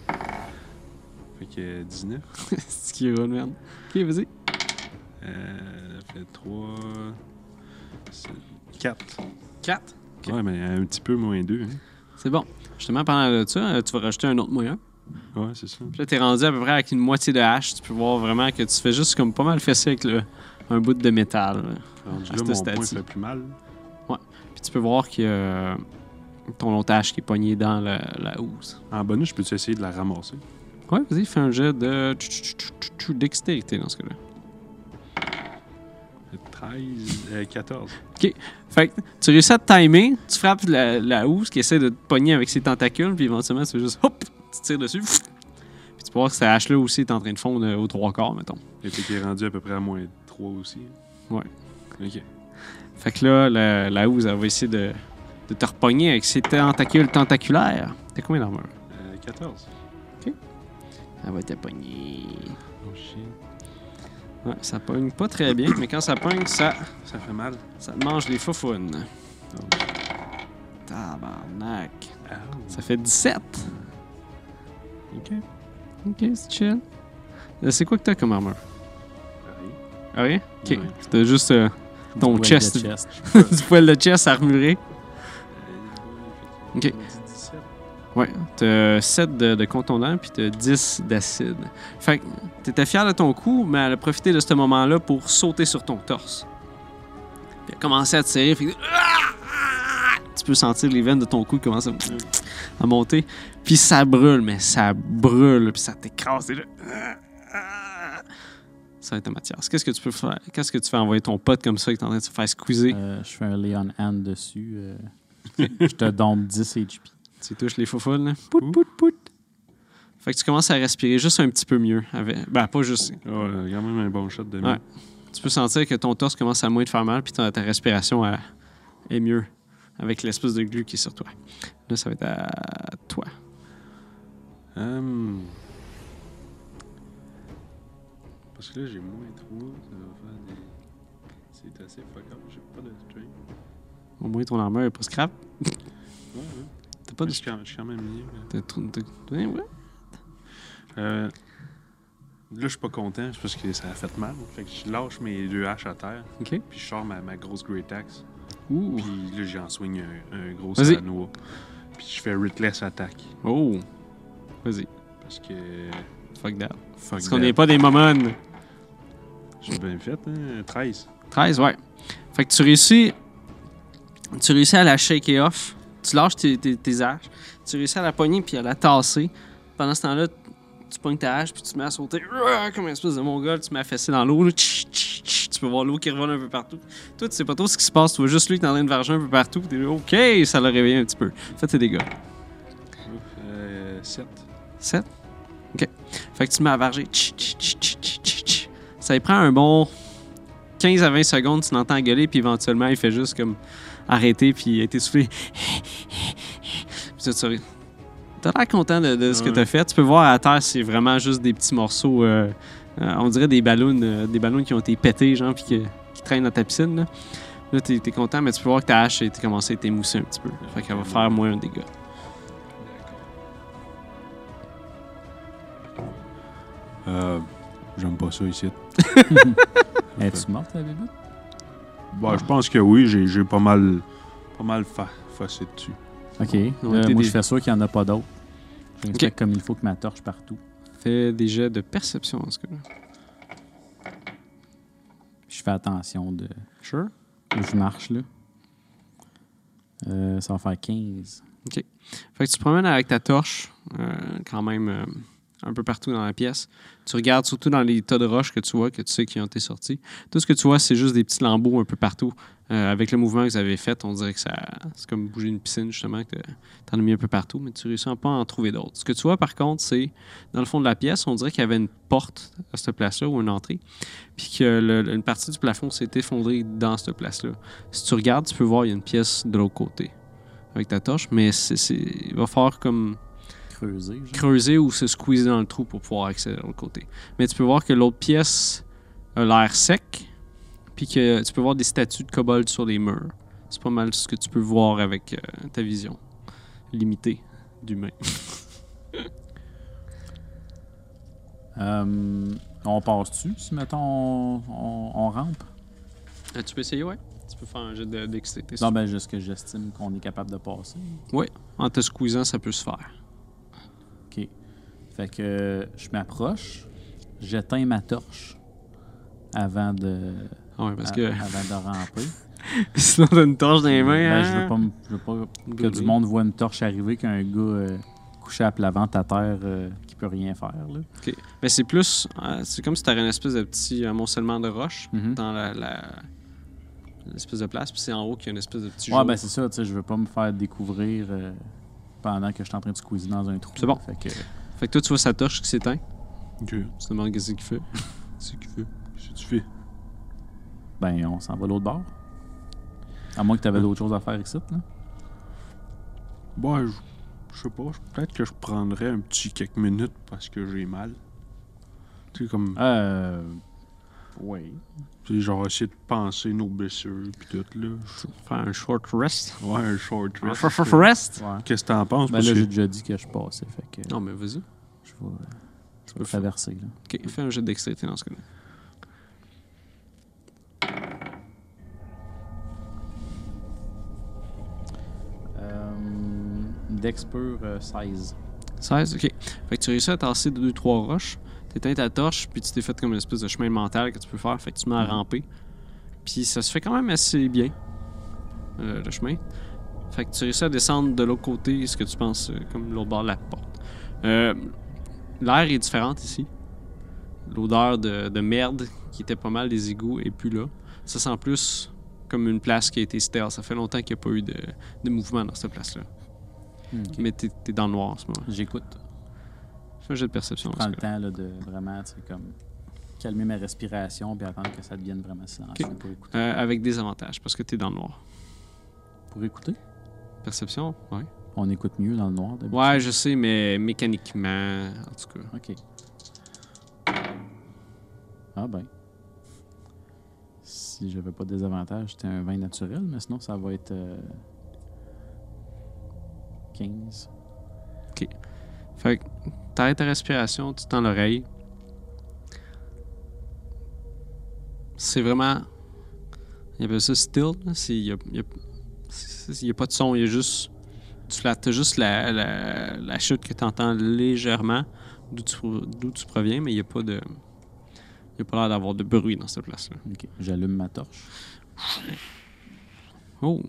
S3: Fait que euh, 19.
S1: c'est qui roule, merde. Ok, vas-y.
S3: Euh, ça fait 3. 4.
S1: 4. Ok.
S3: Ouais, mais un petit peu moins 2. Hein.
S1: C'est bon. Justement, pendant le ça, euh, tu vas rajouter un autre moyen.
S3: Ouais, c'est ça.
S1: Puis là, t'es rendu à peu près avec une moitié de hache. Tu peux voir vraiment que tu fais juste comme pas mal fesser avec le- un bout de métal.
S3: Rendu
S1: À
S3: là,
S1: ce
S3: mon
S1: stade-ci.
S3: point fait plus mal.
S1: Puis tu peux voir que euh, ton autre hache qui est poignée dans la, la housse.
S3: En bonus, je peux-tu essayer de la ramasser?
S1: Ouais, vas-y, fais un jet de tchou, tchou, tchou, tchou, tchou, dextérité dans ce cas-là.
S3: 13. euh, 14.
S1: Fait que tu réussis à te timer, tu frappes la, la housse qui essaie de te pogner avec ses tentacules, puis éventuellement, tu fais juste hop, tu tires dessus. pfff. Puis tu peux voir que cette hache-là aussi est en train de fondre euh, aux trois quarts, mettons.
S3: Et puis qui est rendu à peu près à moins 3 aussi.
S1: Ouais.
S3: Ok.
S1: Fait que là, la, la housse, elle va essayer de, de te repogner avec ses tentacules tentaculaires. T'as combien d'armure?
S3: Euh, 14.
S1: Elle va te pogner.
S3: Oh shit.
S1: Ouais, ça pogne pas très bien, mais quand ça pogne, ça,
S3: Ça fait mal.
S1: ça te mange les faufounes.
S3: Oh.
S1: Tabarnak.
S3: Ah,
S1: Ça fait 17.
S3: ok.
S1: Ok, c'est chill. Euh, C'est quoi que t'as comme armure?
S3: Rien.
S1: Ah, rien? Ok.
S3: Ouais.
S1: T'as juste euh, ton
S2: Ouais, le
S1: chest.
S2: chest.
S1: du poil de chest armuré.
S3: Euh,
S1: Ok.
S3: fait que, euh, 17.
S1: Ouais. T'as 7 de, de contondant puis t'as 10 d'acide. Fait que t'étais fier de ton coup, mais elle a profité de ce moment-là pour sauter sur ton torse. Puis elle a commencé à tirer. Fait que... Ah! Tu peux sentir les veines de ton cou commencer à- à monter. Puis ça brûle, mais ça brûle. Puis ça t'écrase. t'es là. Ah! Ça va être Mathias. Qu'est-ce que tu peux faire? Qu'est-ce que tu fais envoyer ton pote comme ça qui est en train de se faire squeezer?
S2: Euh, je fais un lay on hand dessus. euh, je te donne 10 HP.
S1: Tu touches les foufoules, là. Pout, pout, pout. Fait que tu commences à respirer juste un petit peu mieux. Avec... Ben, pas juste.
S3: Ah, euh, quand même un bon shot de
S1: Ouais.
S3: main.
S1: Tu peux sentir que ton torse commence à moins te faire mal, puis ta, ta respiration elle, est mieux avec l'espèce de glu qui est sur toi. Là, ça va être à toi.
S3: Hum. Parce que là, j'ai moins 3, ça va faire des. C'est assez fuck up, j'ai pas de string.
S1: Au moins, ton armure est pas scrap.
S3: Ouais, ouais.
S1: T'as pas
S3: Mais
S1: de.
S3: je suis quand- je suis quand même mieux. là.
S1: t'as trop- t'as- ouais, ouais.
S3: Euh, là, je suis pas content, c'est parce que ça a fait mal. Fait que je lâche mes deux haches à terre,
S1: Ok.
S3: puis je sors ma, ma grosse Great Axe,
S1: Ouh.
S3: puis là, j'en swing un, un gros
S1: Vas-y.
S3: Saranoa. Puis je fais Ritless Attack,
S1: Oh. Vas-y.
S3: parce que...
S1: Fuck that.
S3: Fuck
S1: Parce qu'on
S3: that.
S1: n'est pas des momons.
S3: J'ai bien fait, hein? 13.
S1: 13, ouais. Fait que tu réussis, tu réussis à la shaker off. Tu lâches tes, tes, tes haches. Tu réussis à la pogner puis à la tasser. Pendant ce temps-là, tu pognes ta hache puis tu te mets à sauter Ruah! comme une espèce de mongol. Tu mets à fesser dans l'eau. là. Tch, tch, tch. Tu peux voir l'eau qui revole un peu partout. Toi, tu sais pas trop ce qui se passe. Tu vois juste lui qui est en train de varger un peu partout. T'es là, OK, ça l'a réveillé un petit peu. Fais tes dégâts.
S3: Ouf, euh, 7.
S1: 7. OK. Fait que tu mets à varger. Tch, tch, tch, tch, tch, tch, tch. Ça lui prend un bon 15 à 20 secondes, tu l'entends gueuler, puis éventuellement, il fait juste comme arrêter, puis être essoufflé. Puis ça, tu ris. T'as l'air content de, de ce que
S3: Ouais.
S1: t'as fait. Tu peux voir à terre, c'est vraiment juste des petits morceaux, euh, euh, on dirait des ballons, euh, des ballons qui ont été pétés, genre, puis que- qui traînent dans ta piscine. Là, là t'es t'es content, mais tu peux voir que ta hache a été- commencé à être émoussée un petit peu. Fait qu'elle va faire moins un dégât.
S3: Euh, j'aime pas ça ici.
S2: Es-tu morte, la bébête?
S3: Bah, je pense que oui, j'ai j'ai pas mal... Pas mal fa facé dessus.
S2: Ok.
S1: On
S2: Euh,
S1: était
S2: moi,
S1: des-
S2: je fais sûr qu'il n'y en a pas d'autres. J'inspecte comme il faut que ma torche partout.
S1: Fais des jets de perception en ce cas-là.
S2: Je fais attention de
S1: Sure.
S2: où je marche, là. Euh, ça va faire 15.
S1: Fait que tu te promènes avec ta torche, euh, quand même euh, un peu partout dans la pièce. Tu regardes surtout dans les tas de roches que tu vois, que tu sais qui ont été sortis. Tout ce que tu vois, c'est juste des petits lambeaux un peu partout. Euh, avec le mouvement que vous avez fait, on dirait que ça, c'est comme bouger une piscine, justement, que t'en as mis un peu partout, mais tu réussis pas à en trouver d'autres. Ce que tu vois, par contre, c'est dans le fond de la pièce, on dirait qu'il y avait une porte à cette place-là ou une entrée, puis que le- une partie du plafond s'est effondrée dans cette place-là. Si tu regardes, tu peux voir, il y a une pièce de l'autre côté avec ta torche, mais c'est, c'est- il va falloir comme
S2: Creuser, genre.
S1: creuser ou se squeezer dans le trou pour pouvoir accéder de l'autre côté. Mais tu peux voir que l'autre pièce a l'air sec, puis que tu peux voir des statues de kobold sur les murs. C'est pas mal ce que tu peux voir avec euh, ta vision limitée d'humain.
S2: Euh, on passe-tu, si mettons on, on- on rampe?
S1: Ah, tu peux essayer, ouais? Tu peux faire un jet de, d'excité.
S2: Non, ben, juste que j'estime qu'on est capable de passer.
S1: En te squeezant, ça peut se faire.
S2: OK. Fait que euh, je m'approche, j'éteins ma torche avant de,
S1: Ah ouais, parce
S2: a-
S1: que
S2: avant de ramper.
S1: sinon t'as une torche dans les mains.
S2: Ben,
S1: hein?
S2: je veux pas, me- je veux pas que du monde voit une torche arriver qu'un gars euh, couché à plat ventre à terre euh, qui peut rien faire. Là.
S1: Mais c'est plus. euh, c'est comme si t'avais une espèce de petit amoncellement de roches.
S2: Mhm.
S1: dans la, la- l'espèce de place, puis c'est en haut qu'il y a une espèce de petit
S2: Ouais,
S1: jour.
S2: ben c'est ça, tu sais, je veux pas me faire découvrir euh, pendant que je suis en train de squeezer dans un trou.
S1: C'est bon.
S2: Fait que,
S1: Fait que toi, tu vois sa torche qui s'éteint.
S3: Ok.
S1: Tu te demandes qu'est-ce qu'il fait.
S3: C'est qui veut. Qu'est-ce que tu fais?
S2: ben, on s'en va l'autre bord. À moins que
S1: Mm.
S2: tu avais d'autres choses à faire ici, là.
S3: Bah, je, je sais pas. je- Peut-être que je prendrais un petit quelques minutes parce que j'ai mal. Tu sais, comme.
S2: Euh. Oui.
S3: Tu sais, genre, essayer de penser nos blessures, pis tout, là.
S1: Faire un short rest.
S3: Ouais, un short
S1: Un
S2: Ah,
S3: rest.
S1: short rest?
S2: Ouais.
S3: Qu'est-ce que t'en penses?
S2: Ben là,
S3: parce que
S2: j'ai déjà dit que je passais, fait que
S1: Non, mais vas-y.
S2: je vais, je peux traverser. Là.
S1: Ok, fais un jet de dextérité dans ce cas-là.
S2: Euh, Dex pur euh, 16.
S1: 16, ok. Fait que tu réussis à tasser 2-3 roches, t'éteins ta torche, puis tu t'es fait comme une espèce de chemin mental que tu peux faire. Fait que tu te mets à
S2: Mhm.
S1: ramper. Puis ça se fait quand même assez bien, euh, le chemin. Fait que tu réussis à descendre de l'autre côté, ce que tu penses, euh, comme l'autre bord de la porte. Euh, L'air est différent ici. L'odeur de, de merde, qui était pas mal des égouts, est plus là. Ça sent plus comme une place qui a été stérile. Ça fait longtemps qu'il n'y a pas eu de, de mouvement dans cette place-là.
S2: Hmm, Ok.
S1: Mais t'es t'es dans le noir en ce moment.
S2: J'écoute.
S1: Fais un jeu de perception.
S2: Prends
S1: dans
S2: le
S1: ce cas.
S2: temps là, de vraiment tu sais, comme, calmer ma respiration puis attendre que ça devienne vraiment silencieux pour écouter.
S1: Euh, avec des avantages, parce que t'es dans le noir. Hein?
S2: Pour écouter,
S1: Perception, ouais.
S2: on écoute mieux dans le noir. d'habitude.
S1: Ouais, je sais, mais mécaniquement, en tout cas.
S2: OK. Ah ben. Si j'avais pas de désavantage, c'était un vin naturel, mais sinon ça va être euh, 15.
S1: Fait que t'arrêtes ta respiration, tu tends l'oreille. C'est vraiment. Il appelle ça still. là. C'est- Il n'y a, il y a- c'est- c'est- il y a pas de son, il y a juste. Tu flattes t'as juste la, la, la chute que tu entends légèrement d'où tu, d'où tu proviens, mais il n'y a pas de. Il n'y a pas l'air d'avoir de bruit dans cette place-là.
S2: OK. J'allume ma torche.
S1: Oh!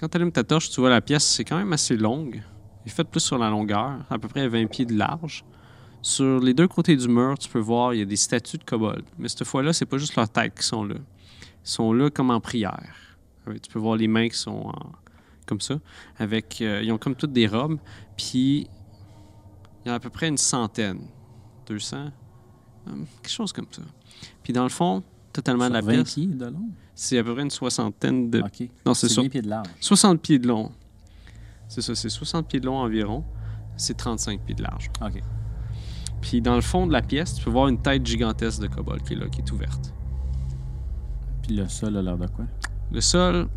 S1: Quand tu allumes ta torche, tu vois la pièce, c'est quand même assez longue. Elle est faite plus sur la longueur, à peu près 20 pieds de large. Sur les deux côtés du mur, tu peux voir, il y a des statues de kobolds. Mais cette fois-là, c'est pas juste leurs têtes qui sont là. Ils sont là comme en prière. Euh, tu peux voir les mains qui sont en- comme ça. Avec, euh, ils ont comme toutes des robes. Puis, il y en a à peu près une centaine. 200. euh, quelque chose comme ça. Puis, dans le fond, totalement de la
S2: Sur 20
S1: pièce,
S2: pieds de long.
S1: c'est à peu près une soixantaine de...
S2: OK.
S1: Non, c'est
S2: C'est
S1: sur
S2: 20 pieds de large.
S1: 60 pieds de long. C'est ça, c'est 60 pieds de long environ. C'est 35 pieds de large.
S2: OK.
S1: Puis dans le fond de la pièce, tu peux voir une tête gigantesque de kobold qui est là, qui est ouverte.
S2: Puis le sol a l'air de quoi?
S1: Le sol.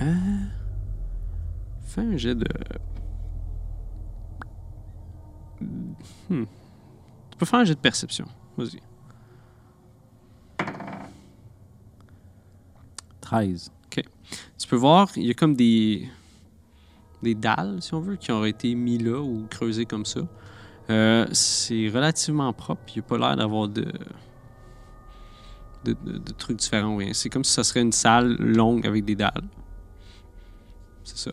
S1: Euh... Fais un jet de. Hmm. Tu peux faire un jet de perception. Vas-y.
S2: 13.
S1: Tu peux voir, il y a comme des, des dalles, si on veut, qui auraient été mis là ou creusées comme ça. Euh, c'est relativement propre. Il n'y a pas l'air d'avoir de, de, de- de trucs différents. ou rien. C'est comme si ça serait une salle longue avec des dalles. C'est ça.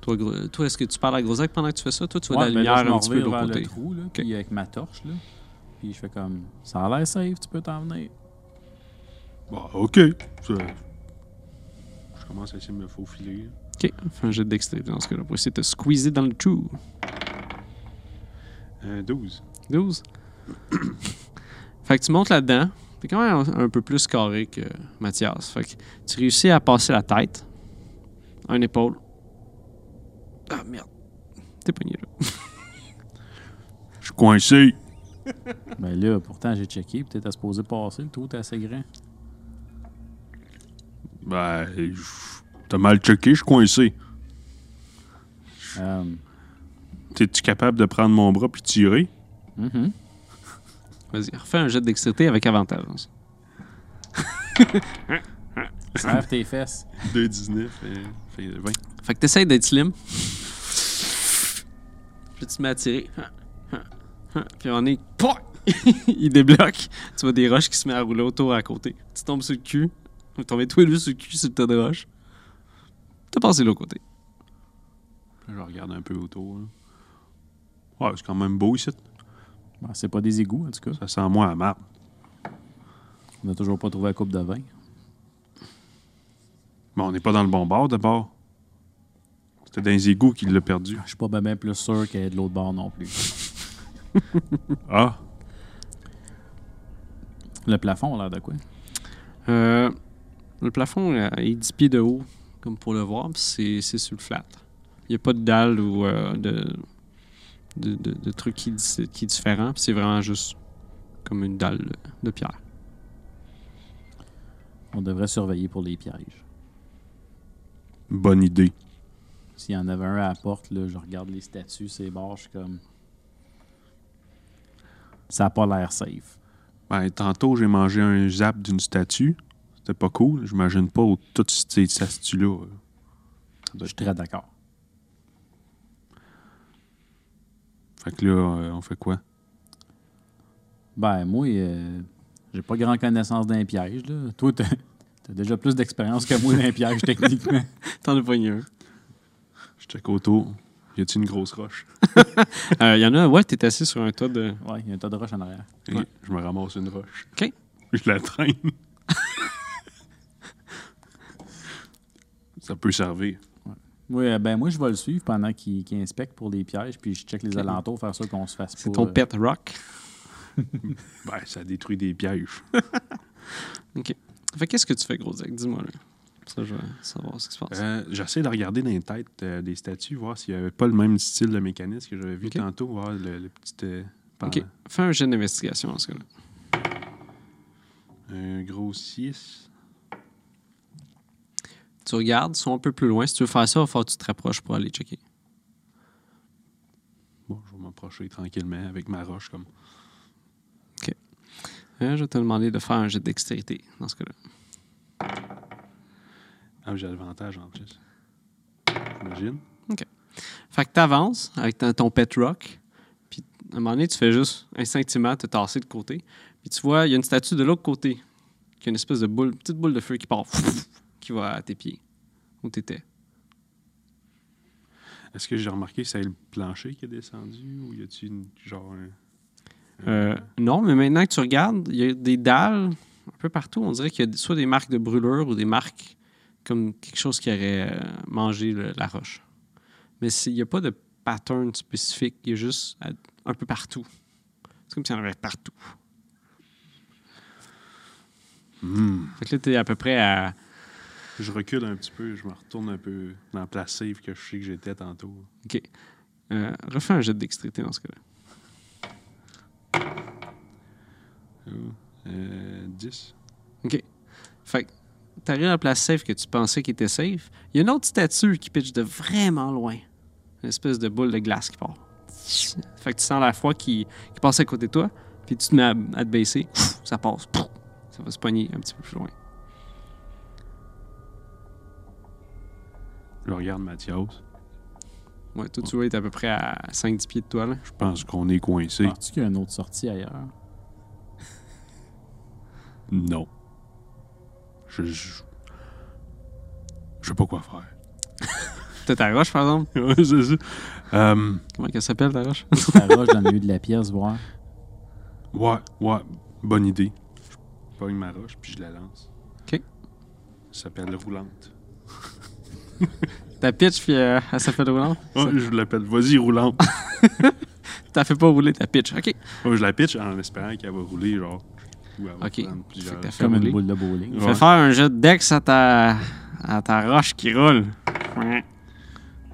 S1: Toi, gros- toi est-ce que tu parles à Grosac pendant que tu fais ça? Toi, tu vois
S2: Ouais,
S1: de la
S2: ben là,
S1: lumière
S2: je m'en
S1: un petit peu de
S2: revire
S1: l'autre
S2: vers
S1: côté.
S2: le trou, là, puis avec ma torche, là. Puis je fais comme, ça a l'air safe, tu peux t'en venir.
S3: Bah, ok. Ça- Je commence à essayer de me faufiler. là.
S1: OK. Fais un jet de dextérité dans ce cas-là pour essayer de te squeezer dans le trou.
S3: Euh, 12.
S1: 12. fait que tu montes là-dedans. T'es quand même un- un peu plus carré que Mathias. Fait que tu réussis à passer la tête. Un épaule. Ah merde. T'es pogné là.
S3: Je suis coincé.
S2: Ben là, pourtant, j'ai checké, peut-être à se poser passer, le trou est assez grand.
S3: Ben, je- t'as mal checké, je suis coincé.
S2: Euh,
S3: T'es-tu capable de prendre mon bras puis tirer?
S2: mhm.
S1: Vas-y, refais un jet de dextérité avec avantage.
S2: Serre tes fesses.
S3: 2, 19, fait, fait 20.
S1: Fait que t'essayes d'être slim. Puis tu te mets à tirer. Puis on est. Pouah! Il débloque. Tu vois des roches qui se mettent à rouler autour à côté. Tu tombes sur le cul. Tu tombes toi lui sur le cul sur le tas de roches. T'as passé l'autre côté.
S3: Je regarde un peu autour. là. Ouais, c'est quand même beau ici.
S2: Bon, Ben, c'est pas des égouts, en tout cas.
S3: Ça sent moins à marre.
S2: On n'a toujours pas trouvé la coupe de vin.
S3: Mais on n'est pas dans le bon bord d'abord. C'était dans les égouts qu'il l'a perdu.
S2: Je suis pas bien plus sûr qu'elle est de l'autre bord non plus.
S3: Ah,
S2: Le plafond a l'air de quoi?
S1: Euh, le plafond euh, est 10 pieds de haut, comme pour le voir, puis c'est c'est sur le flat. Il n'y a pas de dalle ou euh, de, de, de, de truc qui, dis- qui est différent, puis c'est vraiment juste comme une dalle euh, de pierre.
S2: On devrait surveiller pour les pièges.
S3: bonne idée.
S2: S'il y en avait un à la porte, là, je regarde les statues, ces bords, je suis comme... Ça n'a pas l'air safe.
S3: Ben, tantôt, j'ai mangé un zap d'une statue. C'était pas cool. J'imagine pas au- toute cette cette statue-là. euh.
S2: Je suis très d'accord.
S3: Fait que là, euh, on fait quoi?
S2: Ben, moi, euh, j'ai pas grand connaissance d'un piège. Là. Toi, t'as t'as déjà plus d'expérience que moi d'un piège, techniquement.
S1: T'en as pogné un.
S3: Je check autour. Y a-t-il une grosse roche?
S1: Euh, Il y en a un, ouais, t'es assis sur un toit de.
S2: Ouais, il y a un tas de roches en arrière.
S3: Ok,
S1: Ouais.
S3: Je me ramasse une roche.
S1: OK.
S3: Je la traîne. Ça peut servir.
S2: Oui, euh, ben moi, je vais le suivre pendant qu'il qu'il inspecte pour les pièges, puis je check les alentours, faire sûr qu'on se fasse
S1: C'est
S2: pas,
S1: ton
S2: euh,
S1: pet rock.
S3: Ben, ça détruit des pièges.
S1: Fait qu'est-ce que tu fais, gros Zach? Dis-moi là. Ça, je veux savoir ce qui se passe.
S3: Euh, J'essaie de regarder dans les têtes euh, des statues, voir s'il n'y avait pas le même style de mécanisme que j'avais vu
S1: Ok.
S3: tantôt, voir le, le petit. euh,
S1: OK.
S3: pendant.
S1: Fais un jet d'investigation en ce cas-là.
S3: Un gros 6.
S1: Tu regardes, ils sont un peu plus loin. Si tu veux faire ça, il va falloir que tu te rapproches pour aller checker.
S3: Bon, je vais m'approcher tranquillement avec ma roche comme.
S1: Euh, je vais te demander de faire un jet de dextérité dans ce cas-là.
S3: Ah, mais j'ai l'avantage en plus. J'imagine.
S1: Fait que t'avances avec ta- ton pet rock, puis à un moment donné, tu fais juste instinctivement te tasser de côté, puis tu vois, il y a une statue de l'autre côté, qui a une espèce de boule, petite boule de feu qui part, qui va à tes pieds, où t'étais.
S3: Est-ce que j'ai remarqué que c'est le plancher qui est descendu ou y a-t-il une- genre un.
S1: Euh, non, mais maintenant que tu regardes, il y a des dalles un peu partout. On dirait qu'il y a soit des marques de brûlure ou des marques comme quelque chose qui aurait euh, mangé le- la roche. Mais c'est- il n'y a pas de pattern spécifique, il y a juste à- un peu partout. C'est comme s'il y en avait partout.
S3: Hmm.
S1: Fait que là, t'es à peu près à.
S3: Je recule un petit peu, je me retourne un peu dans la place safe que je sais que j'étais tantôt.
S1: OK. Euh, refais un jet de dextérité dans ce cas-là.
S3: Oh. Euh, 10.
S1: OK. Fait que t'arrives à la place safe que tu pensais qui était safe. Il y a une autre statue qui pitch de vraiment loin. Une espèce de boule de glace qui part. Fait que tu sens la foi qui, qui passe à côté de toi, puis tu te mets à, à te baisser. Ça passe. Ça va se pogner un petit peu plus loin.
S3: Je regarde Mathias.
S1: Ouais, toi, tu vois, il est à peu près à 5-10 pieds de toi, là.
S3: Je pense qu'on est coincé.
S1: Ah.
S2: Penses-tu qu'il y a une autre sortie ailleurs?
S3: Non. Je, je. je sais pas quoi faire.
S1: T'as ta roche, par exemple.
S3: Ouais, c'est ça. Euh,
S1: Comment qu'elle s'appelle, ta roche?
S2: La roche dans le milieu de la pièce, voir.
S3: ouais, ouais, bonne idée. Je pogne ma roche puis je la lance.
S1: OK.
S3: Ça s'appelle roulante.
S1: Ta pitch, puis euh, elle s'appelle roulante.
S3: Ouais, je l'appelle vas-y roulante.
S1: T'as fait pas rouler ta pitch. OK.
S3: Ouais, je la pitch en espérant qu'elle va rouler, genre. Ou elle va
S1: OK.
S3: prendre plusieurs.
S1: Fait que t'as fait
S2: Comme
S1: rouler.
S2: une boule de bowling.
S1: Fais
S3: Ouais.
S1: faire un jet de dex à ta, à ta roche qui roule.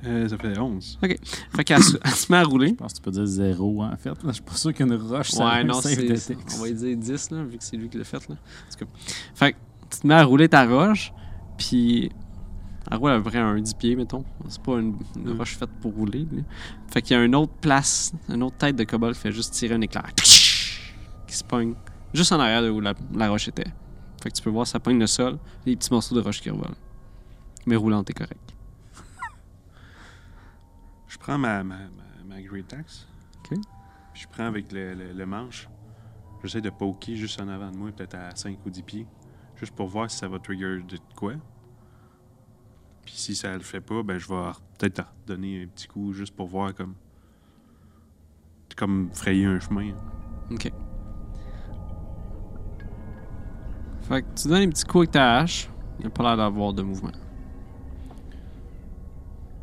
S3: Euh, ça fait 11.
S1: Fait qu'elle se, elle se met à rouler.
S2: Je pense que tu peux dire zéro, en fait. là. Je suis pas sûr qu'une roche, ça a
S1: Ouais,
S2: un
S1: non,
S2: safe
S1: c'est.
S2: de
S1: On
S2: texte.
S1: va lui dire 10, là, vu que c'est lui qui l'a fait. Là. En tout cas. Fait que tu te mets à rouler ta roche, puis elle roule à peu près un 10 pieds, mettons. C'est pas une, une
S3: Mm.
S1: roche faite pour rouler. là. Fait qu'il y a une autre place, une autre tête de cobalt qui fait juste tirer un éclair. Qui se pogne juste en arrière de où la, la roche était. Fait que tu peux voir, ça pogne le sol, les petits morceaux de roche qui revolent. Mais roulant, t'es correct.
S3: Je prends ma, ma, ma, ma Great Axe.
S1: OK.
S3: Puis je prends avec le, le- le manche. J'essaie de poker juste en avant de moi, peut-être à 5 ou 10 pieds. Juste pour voir si ça va trigger de quoi. Puis si ça le fait pas, ben je vais re- peut-être leur donner un petit coup juste pour voir comme. Comme frayer un chemin.
S1: Ok. Fait que tu donnes un petit coup avec ta hache. Il n'y a pas l'air d'avoir de mouvement.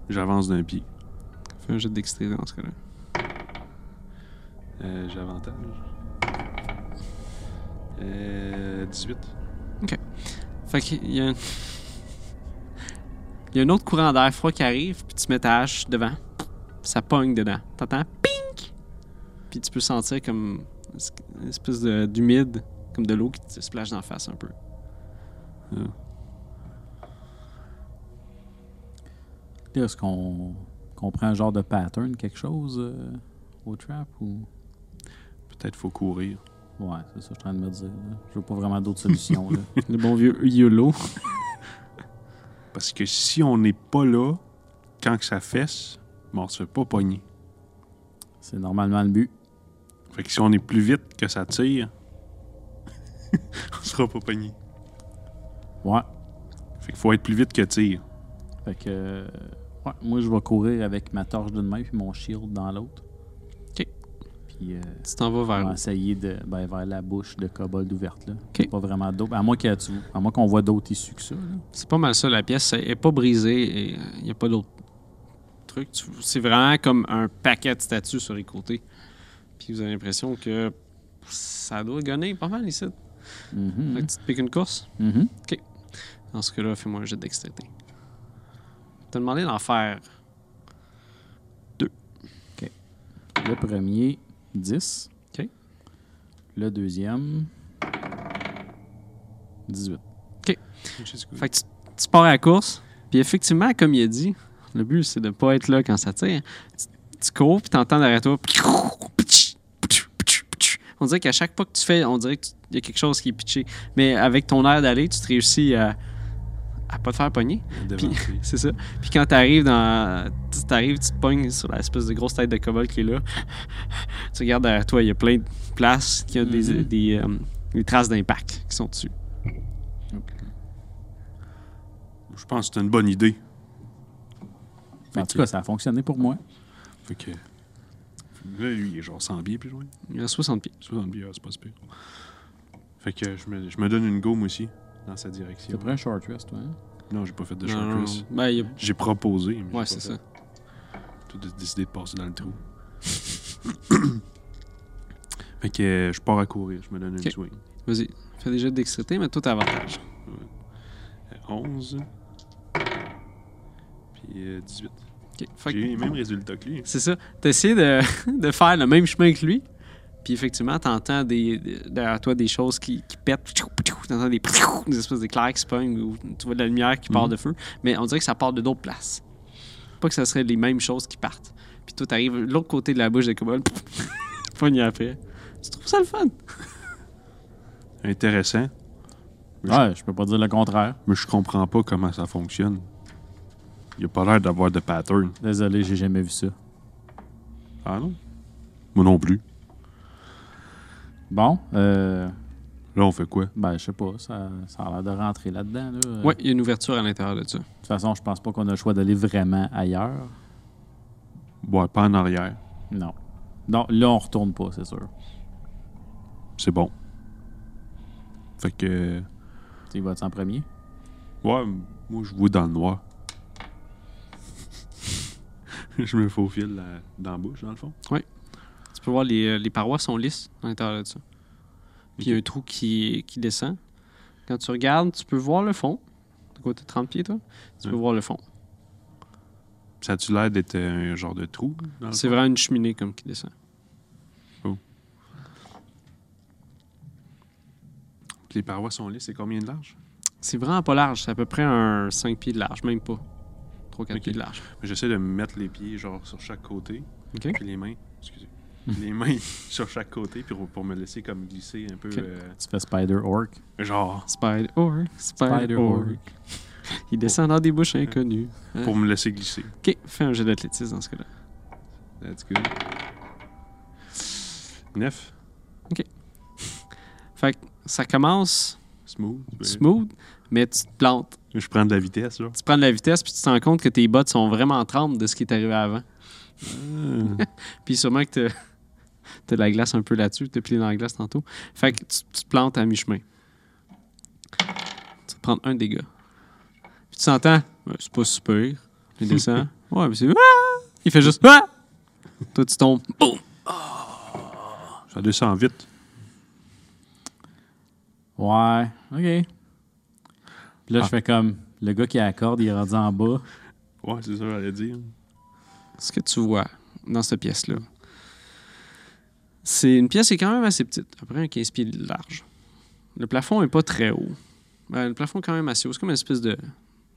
S3: J'avance d'un pied.
S1: Fais un jet de dextérité dans ce cas-là.
S3: Euh, J'ai avantage. Euh, 18.
S1: Fait qu'il y a un... Il y a un autre courant d'air froid qui arrive, puis tu mets ta hache devant. Ça pogne dedans. T'entends? Pink! Puis tu peux sentir comme une espèce de- d'humide, comme de l'eau qui te splash dans la face un peu.
S2: Là, Est-ce qu'on qu'on prend un genre de pattern, quelque chose, euh, au trap? ou
S3: Peut-être faut courir.
S2: Ouais, c'est ça, je suis en train de me dire. là. Je veux pas vraiment d'autres solutions. là.
S1: Le bon vieux YOLO.
S3: Parce que si on n'est pas là, quand que ça fesse, ben, on se fait pas pogner.
S2: C'est normalement le but.
S3: Fait que si on est plus vite que ça tire, on sera pas pogné.
S2: Ouais.
S3: Fait qu'il faut être plus vite que tire.
S2: Fait que. euh, ouais, moi, je vais courir avec ma torche d'une main puis mon shield dans l'autre.
S1: OK.
S2: Puis. euh,
S1: Tu t'en vas
S2: on
S1: vers
S2: va
S1: où?
S2: essayer de, ben, vers la bouche de kobold ouverte. Là.
S1: OK.
S2: Pas vraiment d'autres. À moins qu'il y a- tu- à moins qu'on voit d'autres issues que ça. là.
S1: C'est pas mal ça, la pièce. Elle est pas brisée et il n'y a pas d'autre truc. Tu- C'est vraiment comme un paquet de statues sur les côtés. Puis vous avez l'impression que ça doit gonner pas mal ici.
S2: Mhm.
S1: Fait que tu te piques une course.
S2: Mhm.
S1: Dans ce cas-là, fais-moi un jet de dextérité. Je t'ai demandé d'en faire.
S2: Le premier, 10.
S1: OK.
S2: Le deuxième, 18.
S1: Fait que tu, tu pars à la course. Puis effectivement, comme il a dit, le but, c'est de pas être là quand ça tire. Tu, tu cours, puis t'entends derrière toi. On dirait qu'à chaque pas que tu fais, on dirait qu'il y a quelque chose qui est pitché. Mais avec ton air d'aller, tu te réussis à, à pas te faire pogner.
S3: Devancer.
S1: C'est ça. Puis quand t'arrives dans. Tu t'arrives, tu te pognes sur l'espèce de grosse tête de cobalt qui est là. Tu regardes derrière toi, il y a plein de places qui ont des,
S2: Mhm.
S1: des, euh, des traces d'impact qui sont dessus.
S3: Je pense que c'est une bonne idée.
S2: En tout cas, ça a fonctionné pour moi.
S3: Fait que. Là, lui, il est genre 100 pieds plus loin.
S1: Il y a 60 pieds.
S3: 60 pieds, ah, c'est pas si pire. Fait que je me, je me donne une gomme aussi, dans sa direction.
S2: Tu pris un short rest, toi. hein?
S3: Non, j'ai pas fait de
S1: Non,
S3: short
S1: non,
S3: rest.
S1: non. Ben, il y a-
S3: J'ai proposé, mais
S1: Ouais,
S3: j'ai
S1: c'est ça.
S3: pas fait. Tout de décidé de passer dans le trou. fait que euh, je pars à courir, je me donne
S1: Ok.
S3: une swing.
S1: Vas-y. Fais déjà de dextérité, mais tout avantage.
S3: Euh, 11. Puis euh, 18.
S1: OK. Fait
S3: J'ai
S1: que-
S3: eu les mêmes résultats que lui.
S1: C'est ça. T'essayes de, de faire le même chemin que lui. Puis effectivement, t'entends des, des- derrière toi des choses qui, qui pètent. T'entends des, des espèces d'éclairs qui se pognent ou tu vois de la lumière qui part
S3: Mhm.
S1: de feu. Mais on dirait que ça part de d'autres places. Pas que ce serait les mêmes choses qui partent. Puis toi, t'arrives de l'autre côté de la bouche de Cobol. Pogné après. Tu trouves ça le fun?
S3: Intéressant,
S2: Ouais, je peux pas dire le contraire.
S3: mais je comprends pas comment ça fonctionne. Il a pas l'air d'avoir de pattern.
S2: Désolé, j'ai jamais vu ça.
S3: Ah non? Moi non plus.
S2: Bon, euh,
S3: Là, on fait quoi?
S2: ben, je sais pas, ça, ça a l'air de rentrer là-dedans. Là. Euh,
S1: Ouais, il y a une ouverture à l'intérieur de ça.
S2: De toute façon, je pense pas qu'on a le choix d'aller vraiment ailleurs.
S3: Ouais, pas en arrière.
S2: Non. Non, là, on retourne pas, c'est sûr.
S3: C'est bon. Fait que. euh,
S2: Tu y vas en premier?
S3: Ouais, m- moi je vois dans le noir. je me faufile la- dans la bouche, dans le fond.
S1: Tu peux voir, les, euh, les parois sont lisses à l'intérieur de ça. Puis il y a un trou qui, qui descend. Quand tu regardes, tu peux voir le fond. De côté de 30 pieds, toi. Tu peux
S3: Ouais.
S1: voir le fond.
S3: Ça a-tu l'air d'être un genre de trou? dans le
S1: C'est
S3: fond?
S1: vraiment une cheminée comme qui descend.
S3: Puis Les parois sont lisses, c'est combien de large?
S1: C'est vraiment pas large. C'est à peu près un 5 pieds de large, même pas. 3-4
S3: Ok.
S1: pieds de large.
S3: J'essaie de mettre les pieds genre sur chaque côté,
S1: OK? Hmm.
S3: puis les mains, excusez, les mains sur chaque côté, puis pour me laisser comme glisser un peu,
S1: Ok.
S3: euh,
S2: Tu fais Spider-Orc.
S3: genre,
S1: Spider Orc. Spider Orc.
S2: Spider-Orc.
S1: Il descend dans des bouches inconnues.
S3: pour me laisser glisser.
S1: Ok, fais un jeu d'athlétisme dans ce cas-là.
S3: That's good. Neuf,
S1: Fait que ça commence
S3: smooth. ben,
S1: smooth, mais tu te plantes.
S3: Je prends de la vitesse, là.
S1: Tu prends de la vitesse puis tu te rends compte que tes bottes sont vraiment trempes de ce qui est arrivé avant. Ah. Puis sûrement que t'as- t'as de la glace un peu là-dessus, t'as plié dans la glace tantôt. Fait que tu, tu te plantes à mi-chemin. Tu vas prendre un dégât. Puis tu t'entends, Ouais, c'est pas super. Il descend. ouais, mais c'est. Ah! Il fait juste. Ah! Toi, tu tombes. Boum!
S3: Ça descend vite.
S2: Ouais, ok. Puis là, je fais comme le gars qui accorde, il est rendu en bas.
S3: Ouais, c'est ça, j'allais dire.
S1: ce que tu vois dans cette pièce-là, c'est une pièce qui est quand même assez petite, à peu près un 15 pieds de large. Le plafond est pas très haut. Ben, le plafond est quand même assez haut. C'est comme une espèce de,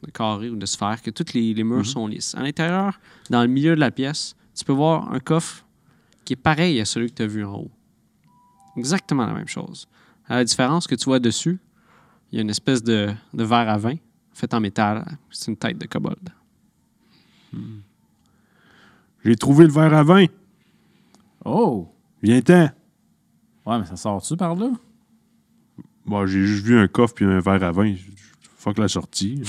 S1: de carré ou de sphère que tous les, les murs sont lisses. À l'intérieur, dans le milieu de la pièce, tu peux voir un coffre qui est pareil à celui que tu as vu en haut. Exactement la même chose. À la différence que tu vois dessus, il y a une espèce de, de verre à vin fait en métal. C'est une tête de kobold.
S3: J'ai trouvé le verre à vin.
S2: Oh!
S3: Viens-t'en.
S2: Ouais, mais ça sort-tu par là?
S3: Bon, j'ai juste vu un coffre puis un verre à vin. Fuck la sortie.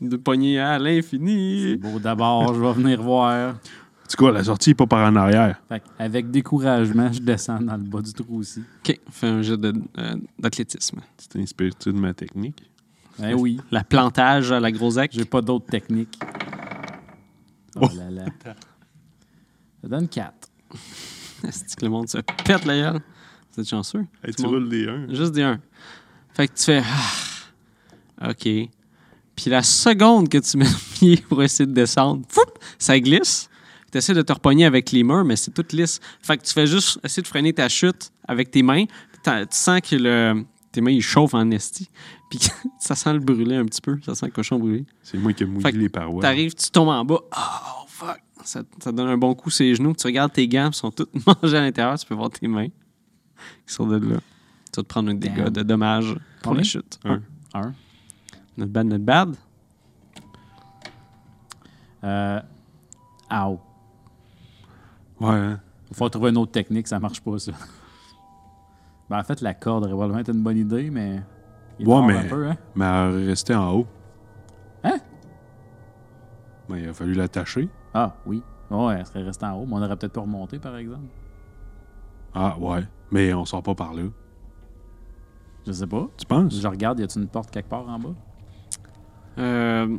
S1: De poignée à l'infini.
S2: Bon, d'abord, je vais venir voir.
S3: En tout cas, la sortie n'est pas par en arrière.
S2: Fait que, avec découragement, je descends dans le bas du trou aussi.
S1: OK, fais un jet de- euh, d'athlétisme.
S3: Tu t'inspires-tu de ma technique?
S2: Ben oui,
S1: La plantage à la grosac.
S2: j'ai pas d'autres techniques. Oh, là là. Ça donne 4.
S1: Est-ce que le monde se pète la gueule? Vous êtes chanceux?
S3: Hey,
S1: Tout
S3: tu
S1: le monde-
S3: roules des 1.
S1: Juste des un. Fait que tu fais... ah, OK. Puis la seconde que tu mets le pied pour essayer de descendre, foup, ça glisse. Tu essaies de te repogner avec les murs, mais c'est tout lisse. Fait que tu fais juste essayer de freiner ta chute avec tes mains. T'as- Tu sens que le- tes mains ils chauffent en esti. Puis que ça sent le brûler un petit peu. Ça sent le cochon brûlé.
S3: C'est moi qui ai
S1: Fait
S3: mouillé
S1: que
S3: les parois.
S1: T'arrives, tu tombes en bas. Oh, fuck! Ça, ça donne un bon coup sur les genoux. Tu regardes tes gants, ils sont toutes mangés à l'intérieur. Tu peux voir tes mains qui sont de là. Tu vas te prendre un dégât
S2: Damn. Ah.
S1: de dommage pour
S2: Combien?
S1: la chute.
S3: Un.
S2: 1.
S1: Notre bad, notre bad.
S2: Euh. Ow.
S3: Ouais, hein?
S2: Faut trouver une autre technique, ça marche pas, ça. Ben, en fait, la corde aurait probablement été une bonne idée, mais. il est
S3: Ouais,
S2: fort
S3: mais-
S2: Un peu, hein?
S3: Mais elle restait en haut.
S2: Hein?
S3: Ben, il a fallu l'attacher.
S2: Ah, oui. Ouais, elle serait restée en haut, mais on aurait peut-être pas remonté, par exemple.
S3: Ah, ouais. Mais on sort pas par là.
S2: Je sais pas.
S3: Tu penses?
S2: Je regarde, y a-t-il une porte quelque part en bas?
S1: Euh,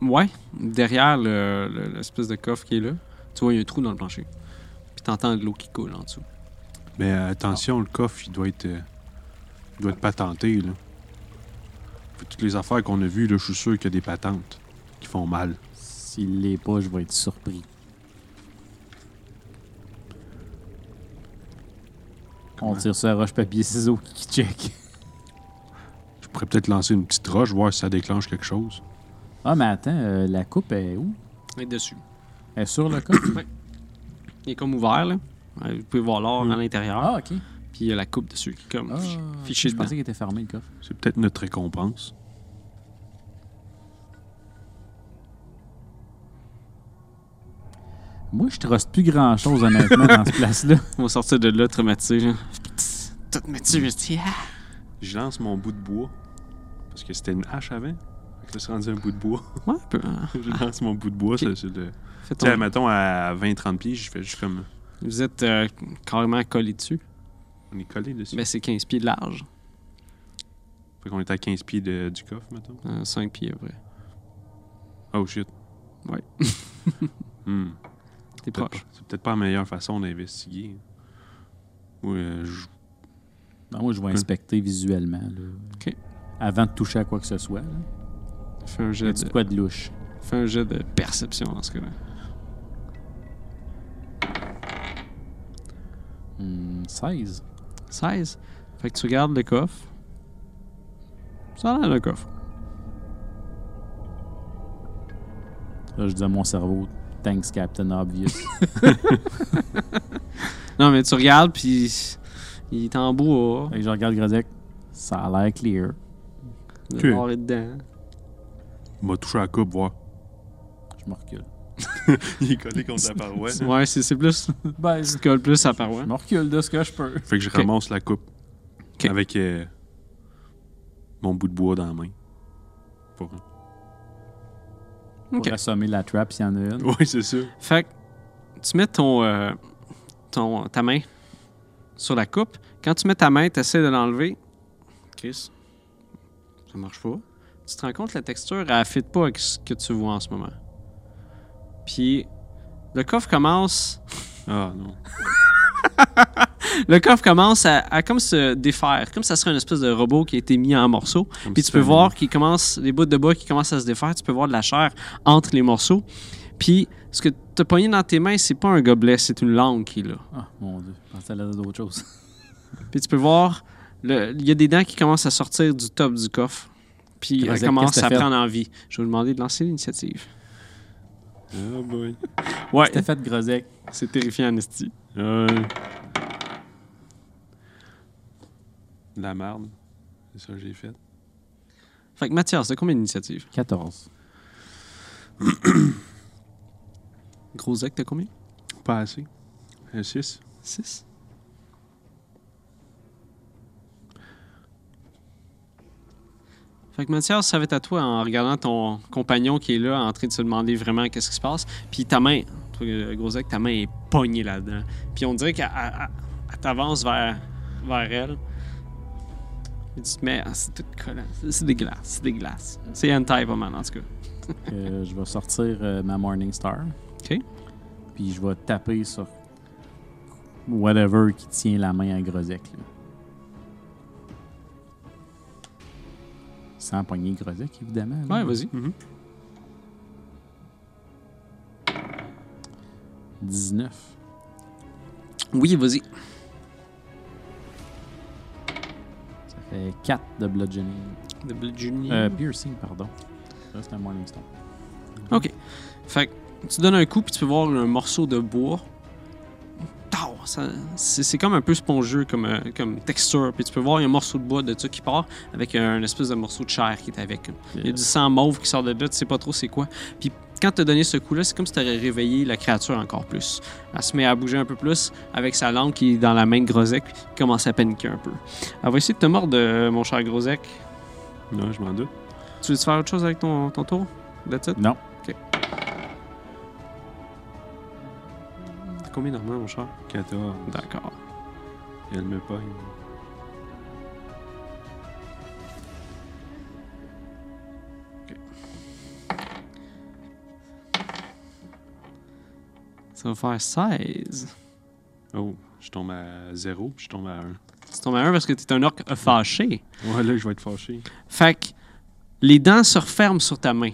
S1: ouais, derrière le- le- l'espèce de coffre qui est là, tu vois, il y a un trou dans le plancher. Puis t'entends de l'eau qui coule en dessous.
S3: Mais attention, le coffre, il doit être. euh, il doit être patenté, là. Fait que toutes les affaires qu'on a vues, là, je suis sûr qu'il y a des patentes qui font mal.
S2: S'il l'est pas, je vais être surpris. On tire sur la roche papier ciseaux qui check.
S3: Je pourrais peut-être lancer une petite roche, voir si ça déclenche quelque chose.
S2: Ah, mais attends, euh, la coupe est où?
S1: Et dessus.
S2: Elle est sur le coffre?
S1: Il est comme ouvert, là. Ouais, Vous pouvez voir l'or à l'intérieur.
S2: ah, ok.
S1: Puis il y a la coupe dessus qui est comme
S2: Ah,
S1: fichée
S2: Je
S1: dedans.
S2: pensais qu'il était fermé, le coffre.
S3: C'est peut-être notre récompense.
S2: Moi, je truste plus grand-chose, honnêtement, dans cette place-là.
S1: On va sortir de là traumatisé. Là. Toute maturité.
S3: Je lance mon bout de bois. Parce que c'était une hache avant. Fait que là, c'est rendu un bout de bois.
S1: Ouais, un peu. hein.
S3: je lance mon bout de bois,
S1: Ok.
S3: ça, c'est le.
S1: Fais ton-
S3: Tu sais, mettons à 20-30 pieds, je fais juste comme.
S1: Vous êtes euh, carrément collé dessus.
S3: On est collé dessus.
S1: Mais c'est 15 pieds de large.
S3: Fait qu'on est à 15 pieds de- du coffre, mettons.
S1: 5 hein, pieds, à peu près.
S3: Oh shit.
S1: Ouais.
S3: Hmm.
S1: T'es
S3: Peut-être
S1: proche.
S3: pas- C'est peut-être pas la meilleure façon d'investiguer. Ou euh, je-
S2: Non, moi, je vais inspecter visuellement. Là.
S1: OK.
S2: Avant de toucher à quoi que ce soit. Là.
S1: Fais un
S2: Y
S1: jet
S2: a-tu
S1: de,
S2: de quoi de louche?
S1: fais un jet de perception dans ce cas-là.
S2: Hmm, 16.
S1: 16. Fait que tu regardes le coffre. Ça a l'air d'un coffre.
S2: Là, je dis à mon cerveau, thanks Captain Obvious.
S1: Non, mais tu regardes, puis il est en bois.
S2: Fait que je regarde Gradec, ça a l'air clear.
S1: Le
S3: Ok.
S1: bord est dedans.
S3: m'a touché à la coupe, voir.
S2: Je me recule.
S3: Il est collé contre la paroi.
S1: Ouais, c'est c'est plus.
S2: Ben,
S1: Tu
S2: je
S1: te colles plus à la paroi.
S2: me recule de ce que je peux.
S3: Fait que je
S1: Ok.
S3: ramasse la coupe.
S1: Ok.
S3: Avec euh, mon bout de bois dans la main. Pour...
S2: Pour
S1: Ok. Oh.
S2: assommer la trappe s'il y en a une.
S3: Oui, c'est sûr.
S1: Fait que tu mets ton, euh, ton, ta main sur la coupe. Quand tu mets ta main, tu essaies de l'enlever. Chris, ça marche pas. Tu te rends compte que la texture, elle fit pas avec ce que tu vois en ce moment. Puis, le coffre commence
S3: Ah non.
S1: le coffre commence à, à comme se défaire, comme ça serait une espèce de robot qui a été mis en morceaux.
S3: Comme
S1: Puis
S3: si
S1: tu peux
S3: c'était un-
S1: voir qu'il commence, les bouts de bois qui commencent à se défaire, tu peux voir de la chair entre les morceaux. Puis ce que tu as pogné dans tes mains, c'est pas un gobelet, c'est une langue qui est là.
S2: Ah, mon Dieu. Je pensais à d'autres choses.
S1: Puis tu peux voir, le- il y a des dents qui commencent à sortir du top du coffre. Puis
S2: Razek,
S1: elles commencent
S2: qu'est-ce que
S1: à
S2: t'as fait?
S1: prendre envie. Je vais vous demander de lancer l'initiative.
S3: Ah boy.
S1: Ouais,
S2: T'as fait Grozek.
S1: c'est terrifiant, Anesti.
S3: Euh, de la merde. C'est ça que j'ai fait.
S1: Fait que Mathias, t'as combien d'initiatives?
S2: 14.
S1: Grosec, t'as combien?
S3: Pas assez. Un 6.
S1: 6. Fait que Mathias, ça va être à toi en regardant ton compagnon qui est là en train de se demander vraiment qu'est-ce qui se passe. Puis ta main, toi, euh, Grosec, ta main est pognée là-dedans. Puis on dirait qu'elle elle- elle- elle t'avance vers, vers elle. Et tu te mets, ah, c'est tout collant. C'est- C'est dégueulasse, c'est dégueulasse. C'est hentai pas mal en tout cas.
S2: Euh, je vais sortir euh, ma Morning Star.
S1: OK.
S2: Puis je vais taper sur whatever qui tient la main à Grozek. là. Sans pogner Grozek, évidemment. là.
S1: Ouais, vas-y.
S2: 19.
S1: Oui, vas-y.
S2: Ça fait 4 de bludgeoning.
S1: Double Junior.
S2: Euh, piercing, pardon. Ça, c'est un Morning Star.
S1: OK. Fait que tu donnes un coup, puis tu peux voir un morceau de bois. Tao! Ça- C'est c'est comme un peu spongieux comme, euh, comme texture. Puis tu peux voir il y a un morceau de bois de ça qui part avec un, un espèce de morceau de chair qui est avec. Il y a du sang mauve qui sort de là, tu sais pas trop c'est quoi. Puis quand tu as donné ce coup-là, c'est comme si tu avais réveillé la créature encore plus. Elle se met à bouger un peu plus avec sa langue qui est dans la main de Grosek, qui commence à paniquer un peu. Elle va essayer de te mordre, euh, mon cher Grosek.
S3: Non, je m'en doute.
S1: Tu veux faire autre chose avec ton, ton tour? That's it?
S2: Euh, Non.
S1: T'as combien d'armure, mon cher?
S3: 14.
S1: D'accord.
S3: Elle me pogne.
S1: Ça va faire 16.
S3: Oh, je tombe à 0 puis je tombe à 1.
S1: Tu tombes à 1 parce que t'es un orc fâché.
S3: Ouais, là, je vais être fâché.
S1: Fait que les dents se referment sur ta main.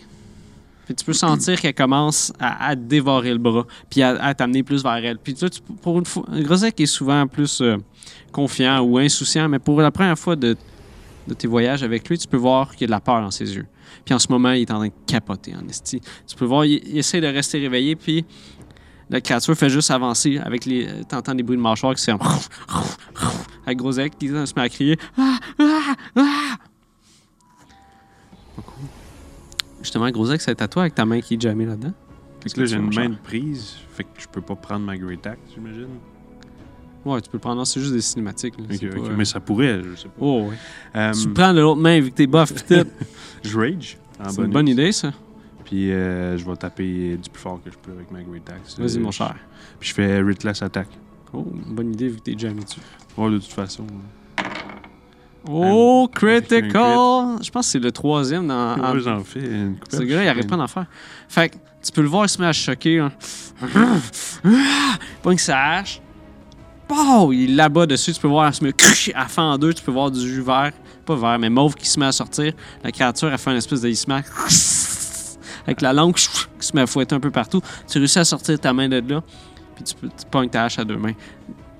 S1: Puis tu peux sentir qu'elle commence à, à te dévorer le bras, puis à, à t'amener plus vers elle. Puis toi, tu- pour une fois, Grosek est souvent plus euh, confiant ou insouciant, mais pour la première fois de, de tes voyages avec lui, tu peux voir qu'il y a de la peur dans ses yeux. Puis en ce moment, il est en train de capoter en esti. Tu peux voir, il, il essaie de rester réveillé, puis la créature fait juste avancer avec les. euh, T'entends des bruits de mâchoire qui se font. À Grosek, qui se met à crier. Ah, ah, ah! Justement, Grosek, c'est à toi avec ta main qui est jamais là-dedans.
S3: Fait
S1: Qu'est-ce
S3: que là,
S1: tu
S3: j'ai
S1: fais, mon
S3: une
S1: cher?
S3: main de prise. Fait que je peux pas prendre ma Great Axe, j'imagine.
S1: Ouais, tu peux le prendre. Non, C'est juste des cinématiques. là.
S3: Ok,
S1: C'est pas,
S3: ok,
S1: euh,
S3: Mais ça pourrait, je sais pas.
S1: Oh, ouais.
S3: Euh,
S1: Tu prends de l'autre main vu que t'es buff. pis tout.
S3: je rage.
S1: C'est
S3: en
S1: une
S3: bonus.
S1: bonne idée, ça.
S3: Puis euh, je vais taper du plus fort que je peux avec ma Great Axe.
S1: Vas-y,
S3: Euh,
S1: mon cher.
S3: Puis je fais Ritless Attack.
S1: Oh, une bonne idée vu que t'es jamais dessus.
S3: Ouais, de toute façon.
S1: Oh,
S3: avec un
S1: critical! Je pense que c'est le troisième dans. en-
S3: Moi, j'en fais une coupe.
S1: Ah, Ce gars-là, il arrête pas d'en faire. Fait que tu peux le voir, il se met à choquer. Hein. Pas que ça hache. Pow! Il l'abat dessus. Tu peux voir, elle se met crush, à fond en deux. Tu peux voir du jus vert. Pas vert, mais mauve qui se met à sortir. La créature, elle fait un espèce de hissement. Avec la langue qui se met à fouetter un peu partout. Tu réussis à sortir ta main de là. Puis tu, peux- tu pognes ta hache à deux mains.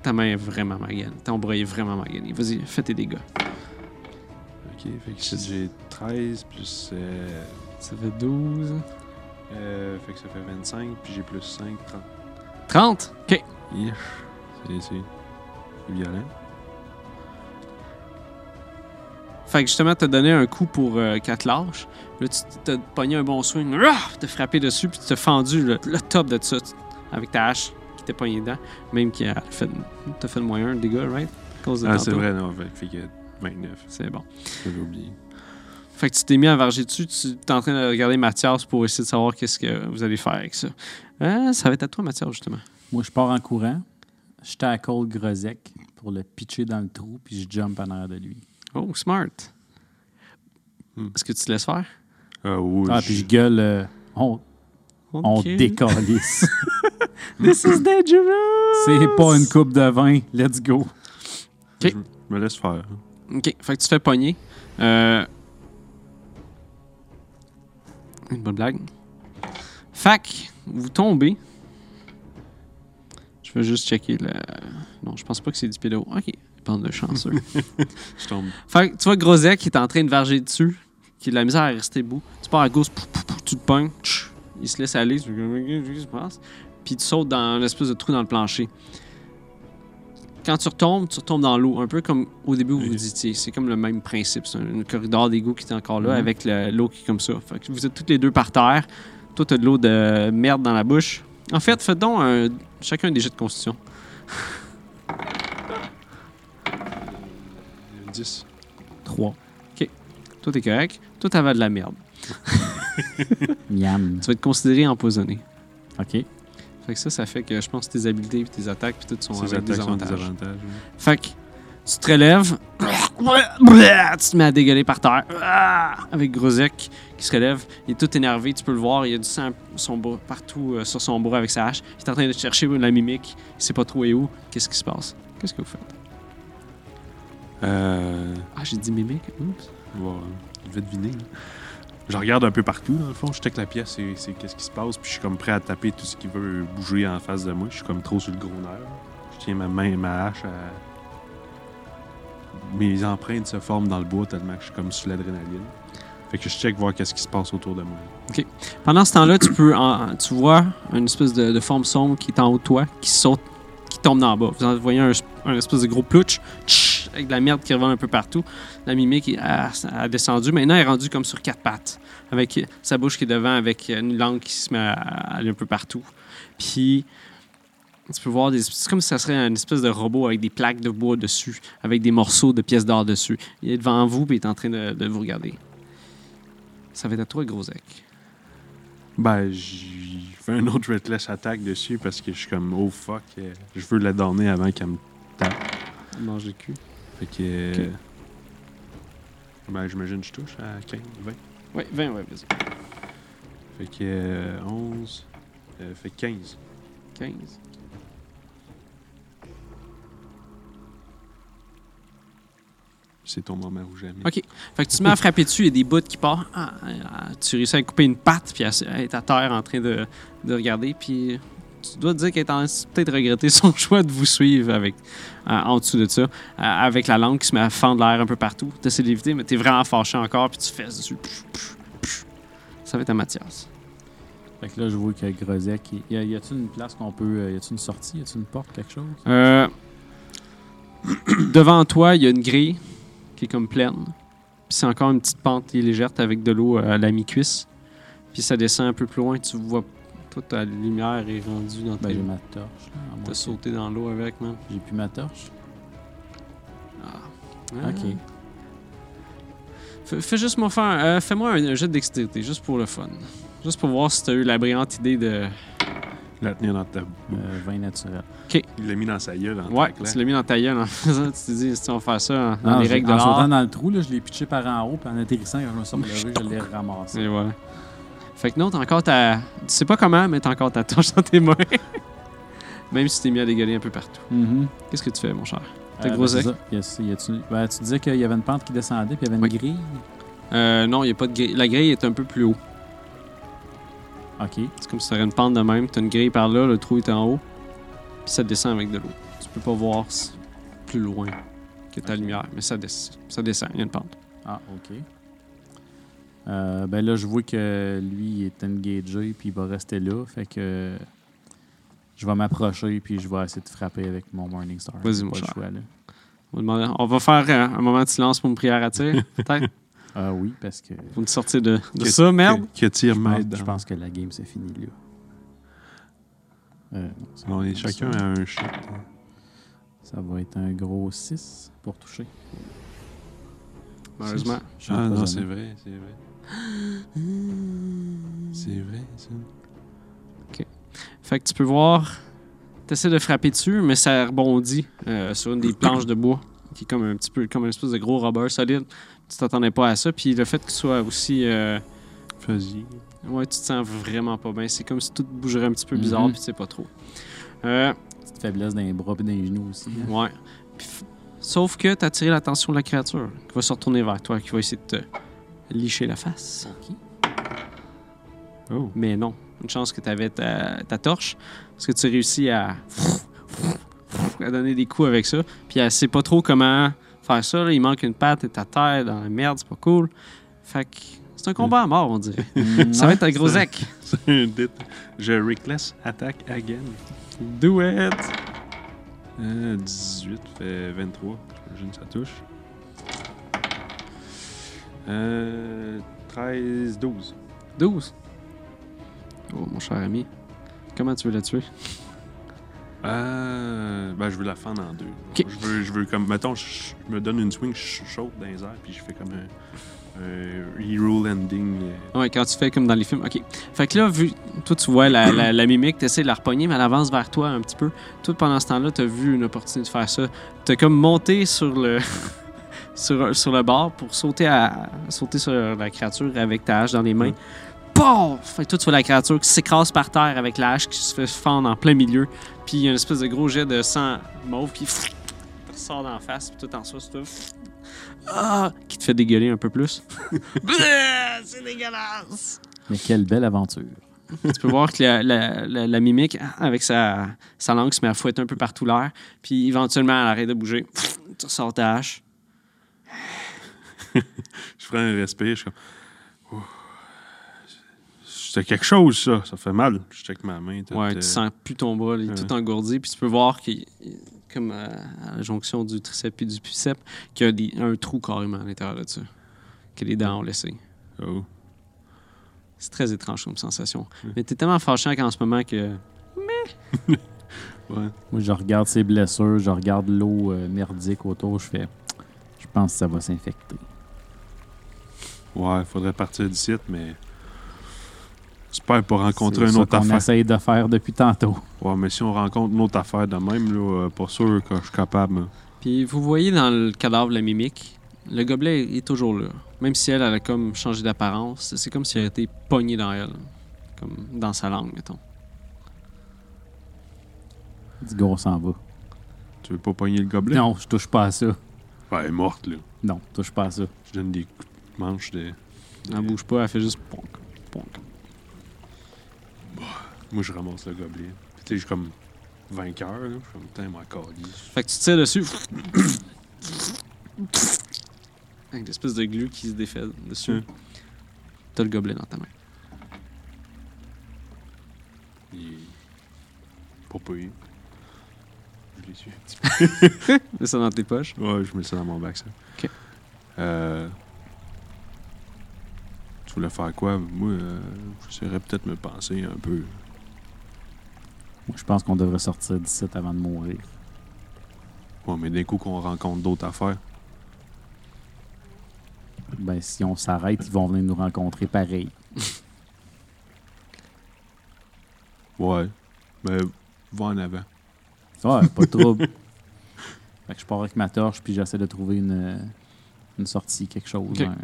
S1: Ta main est vraiment magane. Ton bras est vraiment magané. Vas-y, fais tes dégâts.
S3: Ok, fait que ça, j'ai 13 plus. Euh,
S1: Ça fait 12.
S3: euh, fait que ça fait 25, puis j'ai plus 5, 30.
S1: 30? Ok.
S3: Yesh. C'est c'est- c'est violent.
S1: Fait que justement, t'as donné un coup pour euh, qu'elle te lâche. Là, tu t'as pogné un bon swing. Rah! T'as frappé dessus, puis tu t'as fendu le, le top de ça tu- avec ta hache qui t'est pognée dedans. Même qui a fait, t'as fait le moyen des dégât, right? À cause de
S3: Ah,
S1: tantôt.
S3: c'est vrai, non. Fait, fait que 29,
S1: C'est bon.
S3: j'avais oublié.
S1: Fait que tu t'es mis à varger dessus. Tu t'es en train de regarder Mathias pour essayer de savoir qu'est-ce que vous allez faire avec ça. Euh, ça va être à toi, Mathias, justement.
S2: Moi, je pars en courant. Je tackle Grozek pour le pitcher dans le trou, puis je jump en arrière de lui.
S1: Oh, smart.
S3: Hmm.
S1: Est-ce que tu te laisses faire?
S3: Ah, oui.
S2: Ah, puis je gueule. euh, on on
S1: Ok.
S2: décalisse.
S1: This is dangerous!
S2: C'est pas une coupe de vin. Let's go.
S3: je me laisse faire. hein.
S1: Ok, fait que tu te fais pogner. Euh... Une bonne blague. Fac, vous tombez. Je veux juste checker le. Non, je pense pas que c'est 10 pieds de haut. Ok, bande de chanceux.
S3: Je tombe.
S1: Fait que tu vois Grosek qui est en train de varger dessus, qui a de la misère à rester debout. Tu pars à gauche, pou, pou, pou, tu te pognes, tch, il se laisse aller, tu fais comme, Ok, qu'est-ce qui se passe? Puis tu sautes dans l'espèce de trou dans le plancher. quand tu retombes, tu retombes dans l'eau, un peu comme au début où
S3: Oui.
S1: vous disiez. C'est comme le même principe. C'est un, un corridor d'égout qui est encore là
S2: Mhm.
S1: avec le- l'eau qui est comme ça. Fait que vous êtes toutes les deux par terre. Toi, t'as de l'eau de merde dans la bouche. En fait, faites donc un- chacun des jets de constitution.
S3: 10.
S1: 3. OK. Toi, t'es correct. Toi, t'avais de la merde.
S2: Miam.
S1: Tu vas être considéré empoisonné.
S2: OK.
S1: Fait que ça, ça fait que je pense que tes habilités puis tes attaques puis tout sont
S3: Ces
S1: avec des
S3: attaques sont des
S1: avantages.
S3: avantages. oui.
S1: Fait que tu te relèves, tu te mets à dégueuler par terre Ah! avec Grosek qui se relève. Il est tout énervé, tu peux le voir. Il y a du sang son bras- partout euh, sur son bras avec sa hache. Il est en train de chercher la mimique. Il sait pas trop et où. Qu'est-ce qui se passe? Qu'est-ce que vous faites?
S3: Euh,
S1: Ah, j'ai dit mimique. Oups.
S3: bon, euh, je vais deviner. là. Je regarde un peu partout, dans le fond. Je check la pièce, c'est c'est qu'est-ce qui se passe. Puis je suis comme prêt à taper tout ce qui veut bouger en face de moi. Je suis comme trop sur le gros nerf. Je tiens ma main et ma hache à... Mes empreintes se forment dans le bois tellement que je suis comme sous l'adrénaline. Fait que je check voir qu'est-ce qui se passe autour de moi.
S1: Pendant ce temps-là, tu peux en- tu vois une espèce de, de forme sombre qui est en haut de toi, qui saute, qui tombe dans le bas. Vous en voyez un, un espèce de gros plouch, tch, avec de la merde qui revole un peu partout. La mimique a, a descendu. Maintenant, elle est rendue comme sur quatre pattes, avec sa bouche qui est devant, avec une langue qui se met à, à aller un peu partout. Puis, tu peux voir, des, c'est comme si ça serait une espèce de robot avec des plaques de bois dessus, avec des morceaux de pièces d'or dessus. Il est devant vous, puis il est en train de, de vous regarder. Ça va être à toi, Grosek.
S3: Ben, j'y fais un autre Reckless attaque dessus parce que je suis comme, oh fuck, euh, je veux la donner avant qu'elle me
S1: Mange le cul.
S3: Fait que. euh,
S1: Ok.
S3: Ben, j'imagine que je touche à 15, 20.
S1: Oui, 20, ouais, vas-y.
S3: Fait que euh, 11. euh, fait que 15.
S1: 15.
S3: C'est ton moment ou jamais.
S1: Ok. Fait que tu te mets à frapper dessus, il y a des bouts qui partent. Ah, ah, tu réussis à couper une patte, puis elle est à terre en train de, de regarder. Puis tu dois te dire qu'elle est en- peut-être regretter son choix de vous suivre avec, en- en dessous de ça, euh, avec la langue qui se met à fendre l'air un peu partout. Tu essaies de l'éviter, mais t'es vraiment fâché encore, puis tu fesses dessus. Pff, pff, pff. Ça va être à Mathias.
S2: Fait que là, je vois que Grosek. Y a- y a-t-il une place qu'on peut. euh, Y a-t-il une sortie Y a-t-il une porte Quelque chose
S1: Euh, devant toi, il y a une grille qui est comme pleine. Puis c'est encore une petite pente légère avec de l'eau euh, à la mi-cuisse. Puis ça descend un peu plus loin. Tu vois, toi, ta lumière est rendue dans ta.
S2: Ben, j'ai ma torche. là, à moins
S1: T'as
S2: que-
S1: sauté dans l'eau avec, man.
S2: J'ai plus ma torche.
S1: Ah.
S2: Ok.
S1: Fais, fais juste moi faire. euh, Fais-moi un, un jet de dextérité, juste pour le fun. Juste pour voir si t'as eu la brillante idée de.
S3: La tenir dans ta.
S2: Euh, vin naturel.
S3: Il l'a mis dans sa gueule en hein.
S1: Ouais,
S3: taclant.
S1: tu l'as mis dans ta gueule en faisant. Tu t'es dit, si on va faire ça en- dans
S2: Non,
S1: les
S2: j'ai-
S1: règles de
S2: En
S1: l'art.
S2: sautant dans le trou, là, je l'ai pitché par en haut, puis en atterrissant, quand je me suis relevé, je l'ai ramassé.
S1: Et voilà. Fait que non, t'as encore ta. Tu sais pas comment, mais t'as encore ta torche dans tes mains. Même si t'es mis à dégueuler un peu partout.
S2: Mhm.
S1: Qu'est-ce que tu fais, mon cher? T'as
S2: Euh, ben,
S1: Grosek.
S2: c'est ça. Y a- c'est- y a-tu- ben, tu disais qu'il y avait une pente qui descendait, puis il y avait une
S1: Oui.
S2: grille.
S1: Euh, non, y a pas de grille. La grille est un peu plus haut.
S2: OK.
S1: C'est comme si t'aurais une pente de même. T'as une grille par là, le trou est en haut. Puis ça descend avec de l'eau. Tu peux pas voir s- plus loin que ta
S2: Ok.
S1: lumière, mais ça, des- ça descend. Y a une pente.
S2: Ah, OK. Euh, ben là, je vois que lui, il est engagé, puis il va rester là. Fait que je vais m'approcher, puis je vais essayer de frapper avec mon Morning Star.
S1: Vas-y,
S2: J'ai
S1: mon
S2: pas le
S1: cher.
S2: choix, là.
S1: On va, demander- on va faire euh, un moment de silence pour une prière à tir, peut-être.
S2: Ah oui, parce que
S1: Pour nous sortir de, de
S3: Que-
S1: ça, merde.
S3: Que, que tire
S2: je pense,
S3: m'aide.
S2: je pense que la game, c'est fini, là. Euh, non, ça
S3: On
S2: va
S3: est
S2: être
S3: chacun
S2: ça.
S3: à un hein. shot.
S2: Ça va être un gros 6 pour toucher.
S1: Malheureusement.
S2: Je suis
S3: Ah non,
S2: empoisonné.
S3: c'est vrai, c'est vrai. C'est vrai, ça.
S1: Fait que tu peux voir, t'essaies de frapper dessus, mais ça rebondit euh, sur une des planches de bois, qui est comme un petit peu, comme une espèce de gros rubber solide. Tu t'attendais pas à ça, puis le fait que tu sois aussi, euh,
S3: Fuzzy.
S1: ouais, tu te sens vraiment pas bien. C'est comme si tout bougerait un petit peu bizarre,
S2: Mhm.
S1: puis tu sais pas trop. Euh,
S2: Petite faiblesse dans les bras et dans les genoux aussi. hein.
S1: ouais. Puis f- Sauf que t'as attiré l'attention de la créature, qui va se retourner vers toi, qui va essayer de te licher la face.
S3: Oh.
S1: Mais non, une chance que tu avais ta, ta torche, parce que tu réussis à, à donner des coups avec ça. Puis elle sait pas trop comment faire ça. là. Il manque une patte et ta terre dans la merde, c'est pas cool. Fait que c'est un combat à mort, on dirait.
S2: Mm,
S1: Ça va être un gros sec.
S3: C'est un dit. Je reckless attack again.
S1: Do it!
S3: Euh, 18 fait 23. J'imagine que ça touche. Euh, 13, 12.
S1: 12. Oh, mon cher ami. Comment tu veux la tuer?
S3: Euh, ben, je veux la fendre en deux.
S1: Ok.
S3: Je, veux, je veux comme, mettons, je, je me donne une swing, je saute dans les airs, puis je fais comme un, un hero landing. euh,
S1: Ouais, quand tu fais comme dans les films. OK. Fait que là, vu. Toi, tu vois la, la, la mimique, tu de la repogner, mais elle avance vers toi un petit peu. Toi, pendant ce temps-là, tu as vu une opportunité de faire ça. Tu comme monté sur le. sur, sur le bord pour sauter, à, sauter sur la créature avec ta hache dans les mains. Pouf! Fait que toi, tu vois la créature qui s'écrase par terre avec la hache, qui se fait fendre en plein milieu. Puis il y a une espèce de gros jet de sang mauve qui sort d'en face, puis tout en soi, c'est tout. Ah! Qui te fait dégueuler un peu plus. Bleh, c'est dégueulasse!
S2: Mais quelle belle aventure.
S1: tu peux voir que la, la- la- la mimique, avec sa, sa langue, se met à fouetter un peu partout l'air. Puis éventuellement, elle arrête de bouger. Tu ressors ta hache.
S3: Je prends un respect, je suis comme. Ouh. C'était quelque chose, ça. Ça fait mal. Je check ma main. toute,
S1: Ouais,
S3: euh,
S1: tu sens plus ton bras, il est
S3: ouais.
S1: tout engourdi. Puis tu peux voir, qu'il- comme euh, à la jonction du triceps et du biceps, qu'il y a des- un trou carrément à l'intérieur de ça. Que les dents ont laissé.
S3: oh.
S1: C'est très étrange comme sensation. Mais t'es tellement fâché en ce moment que.
S3: Ouais.
S2: Moi, je regarde ses blessures, je regarde l'eau euh, merdique autour, je fais. Je pense que ça va s'infecter.
S3: Ouais, faudrait partir du site, mais. J'espère pas rencontrer
S2: C'est
S3: une
S2: ça
S3: autre
S2: qu'on
S3: affaire.
S2: essaye de faire depuis tantôt.
S3: Ouais, mais si on rencontre une autre affaire de même, là, euh, pas sûr que je suis capable. hein.
S1: Puis vous voyez dans le cadavre la mimique, le gobelet est toujours là. Même si elle, elle a comme changé d'apparence, c'est comme si elle était pognée dans elle. Comme dans sa langue, mettons.
S2: Du go, on s'en va.
S3: Tu veux pas pogner le gobelet?
S2: Non, je touche pas à ça.
S3: Ben, elle est morte, là.
S2: Non, touche pas à ça.
S3: Je donne des coups de manche de.
S1: Elle bouge pas, elle fait juste ponk, ponk.
S3: Moi, je ramasse le gobelet. Puis, tu sais, je suis comme vainqueur, là. Je suis comme, putain, moi, calice.
S1: Fait que tu tires dessus. Avec l'espèce de glu qui se défait dessus.
S3: Hum.
S1: T'as le gobelet dans ta main.
S3: Il est pas payé. Je l'ai su.
S1: Mets ça dans tes poches.
S3: Ouais, je mets ça dans mon bac, ça.
S1: Ok.
S3: Euh, tu voulais faire quoi? Moi, euh, j'essaierais peut-être de me penser un peu.
S2: Moi, je pense qu'on devrait sortir d'ici avant de mourir.
S3: Ouais, mais d'un coup qu'on rencontre d'autres affaires.
S2: Ben, si on s'arrête, ils vont venir nous rencontrer pareil.
S3: Ouais. Mais va en avant.
S2: Ouais, pas de trouble. fait que je pars avec ma torche, puis j'essaie de trouver une, euh, une sortie, quelque chose.
S1: Ok.
S2: hein.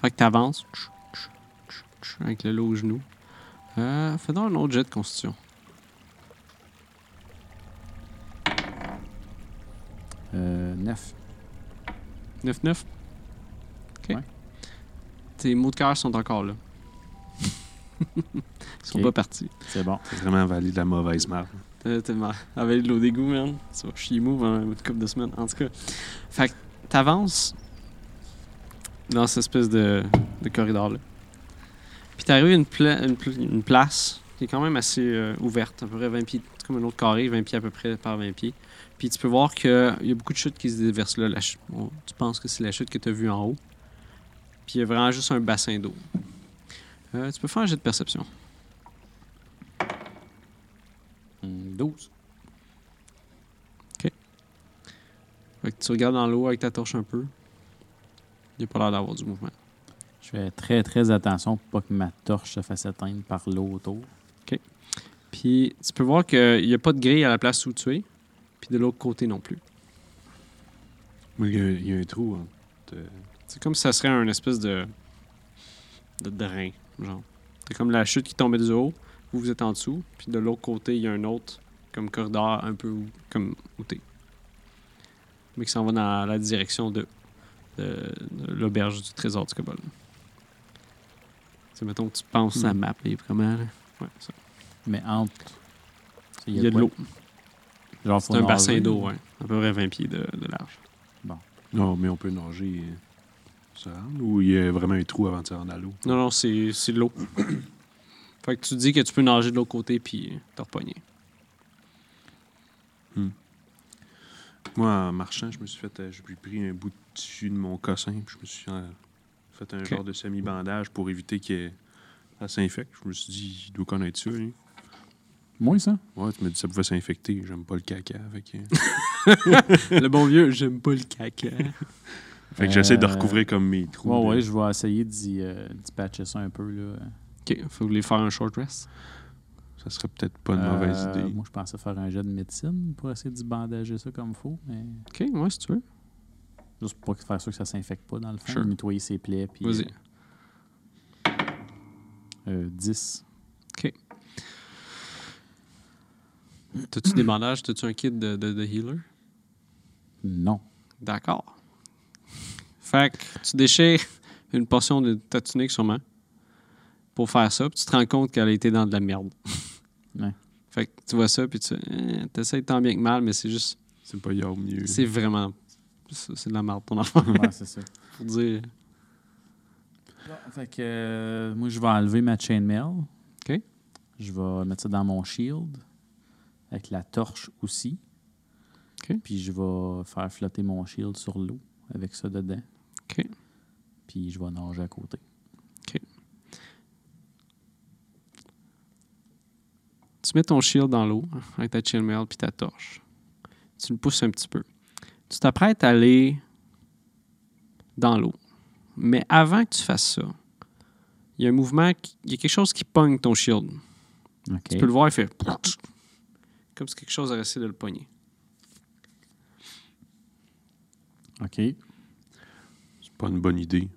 S1: Fait que t'avances. Tch, tch, tch, tch, Avec le lot au genou. Euh, fais donc un autre jet de constitution.
S2: Euh, neuf.
S1: 9-9? OK.
S2: Ouais.
S1: Tes mots de cœur sont encore là. Ils sont
S2: Ok.
S1: pas partis.
S2: C'est bon.
S3: C'est vraiment valide la mauvaise marque.
S1: T'as- t'as mar- Avec de l'eau d'égout, man. Tu vas chier mou pendant une couple de semaines. En tout cas, fait que t'avances dans cette espèce de, de corridor-là. Puis t'arrives à une, pla- une, pla- une place qui est quand même assez euh, ouverte, à peu près 20 pieds, c'est comme un autre carré, 20 pieds à peu près par 20 pieds. Puis tu peux voir qu'il y a beaucoup de chutes qui se déversent là. La chute- bon, tu penses que c'est la chute que tu as vue en haut. Puis il y a vraiment juste un bassin d'eau. Euh, tu peux faire un jet de perception. Mm,
S2: 12.
S1: Fait que tu regardes dans l'eau avec ta torche un peu. Il n'y a pas l'air d'avoir du mouvement.
S2: Je fais très, très attention pour pas que ma torche se fasse atteindre par l'eau autour.
S1: Puis tu peux voir qu'il n'y a pas de grille à la place où tu es. Puis de l'autre côté non plus.
S3: Mais il y, a- il y a un trou. hein. Euh,
S1: C'est comme si ça serait un espèce de. de drain, genre. C'est comme la chute qui tombait du haut. Vous, vous êtes en dessous. Puis de l'autre côté, il y a un autre, comme corridor, un peu où- comme où t'es. Mais qui s'en va dans la direction de, de- de l'auberge du trésor du Cobol. C'est mettons que tu penses à la map, là, il est comment, là? Ouais, ça.
S2: Mais entre.
S1: Il y a de
S2: quoi?
S1: l'eau.
S2: Genre, faut
S1: C'est un
S2: nager.
S1: bassin d'eau, ouais. À peu près 20 pieds de, de large.
S3: Non, mais on peut nager. euh, Ça rentre? Ou il y a vraiment un trou avant de se rendre à l'eau?
S1: Non, non, c'est c'est de l'eau. fait que tu dis euh, que tu peux nager de l'autre côté puis te repogner.
S3: Moi, en marchant, je me suis fait. euh, J'ai pris un bout de tissu de mon cossin, puis je me suis euh, fait un
S1: Ok.
S3: genre de semi-bandage pour éviter que ça s'infecte. Je me suis dit, il doit connaître ça, lui.
S2: Moi, ça?
S3: Ouais, tu me dis ça pouvait s'infecter. J'aime pas le caca. Fait que,
S1: Le bon vieux, j'aime pas le caca.
S3: Fait que j'essaie de
S2: Euh,
S3: recouvrir comme mes trous.
S2: Ouais,
S3: là.
S2: ouais, je vais essayer d'y euh, d'y patcher ça un peu. Là.
S1: OK, faut les faire un short rest.
S3: Ça serait peut-être pas une mauvaise
S2: Euh,
S3: idée.
S2: Moi, je pensais faire un jet de médecine pour essayer d'y bandager ça comme il faut, mais
S1: OK, ouais, si tu veux.
S2: juste pour pas faire sûr que ça s'infecte pas dans le fond.
S1: Sure.
S2: Nettoyer ses plaies. puis,
S1: Vas-y.
S2: euh, euh, 10.
S1: T'as-tu des bandages? T'as-tu un kit de, de, de healer?
S2: Non.
S1: D'accord. Fait que tu déchires une portion de ta tunique sûrement pour faire ça, puis tu te rends compte qu'elle a été dans de la merde.
S2: Ouais.
S1: Fait que tu vois ça, puis tu eh, t'essayes tant bien que mal, mais c'est juste,
S3: C'est pas hier mieux.
S1: c'est vraiment, c'est c'est de la merde ton enfant,
S2: Ouais, c'est ça.
S1: pour dire.
S2: Bon, fait que euh, moi, je vais enlever ma chainmail.
S1: OK.
S2: Je vais mettre ça dans mon shield avec la torche aussi.
S1: OK.
S2: Puis je vais faire flotter mon shield sur l'eau avec ça dedans.
S1: OK.
S2: Puis je vais nager à côté.
S1: Tu mets ton shield dans l'eau hein, avec ta chill mail puis ta torche. Tu le pousses un petit peu. Tu t'apprêtes à aller dans l'eau. Mais avant que tu fasses ça, il y a un mouvement, qui- il y a quelque chose qui pogne ton shield.
S2: OK.
S1: Tu peux le voir, il fait comme si quelque chose avait essayé de le pogner.
S2: OK.
S3: C'est pas une bonne idée.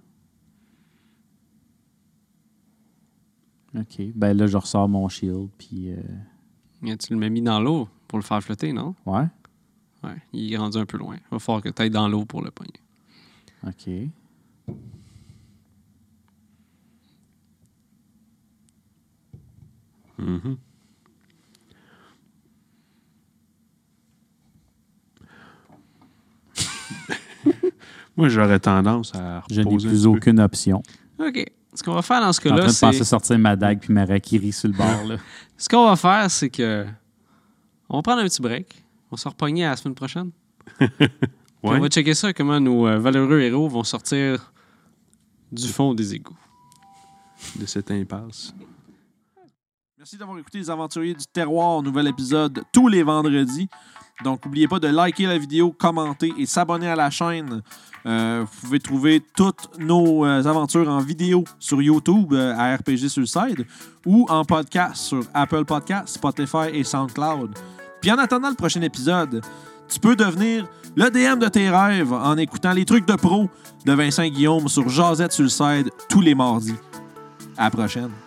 S2: OK. Ben là, je ressors mon shield. Puis. euh,
S1: Et tu le m'as mis dans l'eau pour le faire flotter, non?
S2: Ouais.
S1: Ouais, il est rendu un peu loin. Il va falloir que tu ailles dans l'eau pour le pogner.
S2: OK.
S3: Mhm. Moi, j'aurais tendance à
S2: Je n'ai
S3: reposer.
S2: plus
S3: un
S2: aucune option.
S1: OK. Ce qu'on va faire dans ce
S2: Je suis en train
S1: cas-là,
S2: de penser
S1: c'est...
S2: sortir ma dague puis ma rakiri sur le bord. Là.
S1: Ce qu'on va faire, c'est que... On va prendre un petit break. On se repogner à la semaine prochaine.
S3: peu.
S1: Puis
S3: Ouais.
S1: On va checker ça, comment nos euh, valeureux héros vont sortir du fond des égouts.
S3: de cette impasse.
S4: Merci d'avoir écouté Les Aventuriers du Terroir, nouvel épisode tous les vendredis. Donc, n'oubliez pas de liker la vidéo, commenter et s'abonner à la chaîne. Euh, vous pouvez trouver toutes nos euh, aventures en vidéo sur YouTube euh, à RPG Suicide ou en podcast sur Apple Podcasts, Spotify et SoundCloud. Puis en attendant le prochain épisode, tu peux devenir le DM de tes rêves en écoutant les trucs de pro de Vincent Guillaume sur Jazette Suicide tous les mardis. À la prochaine.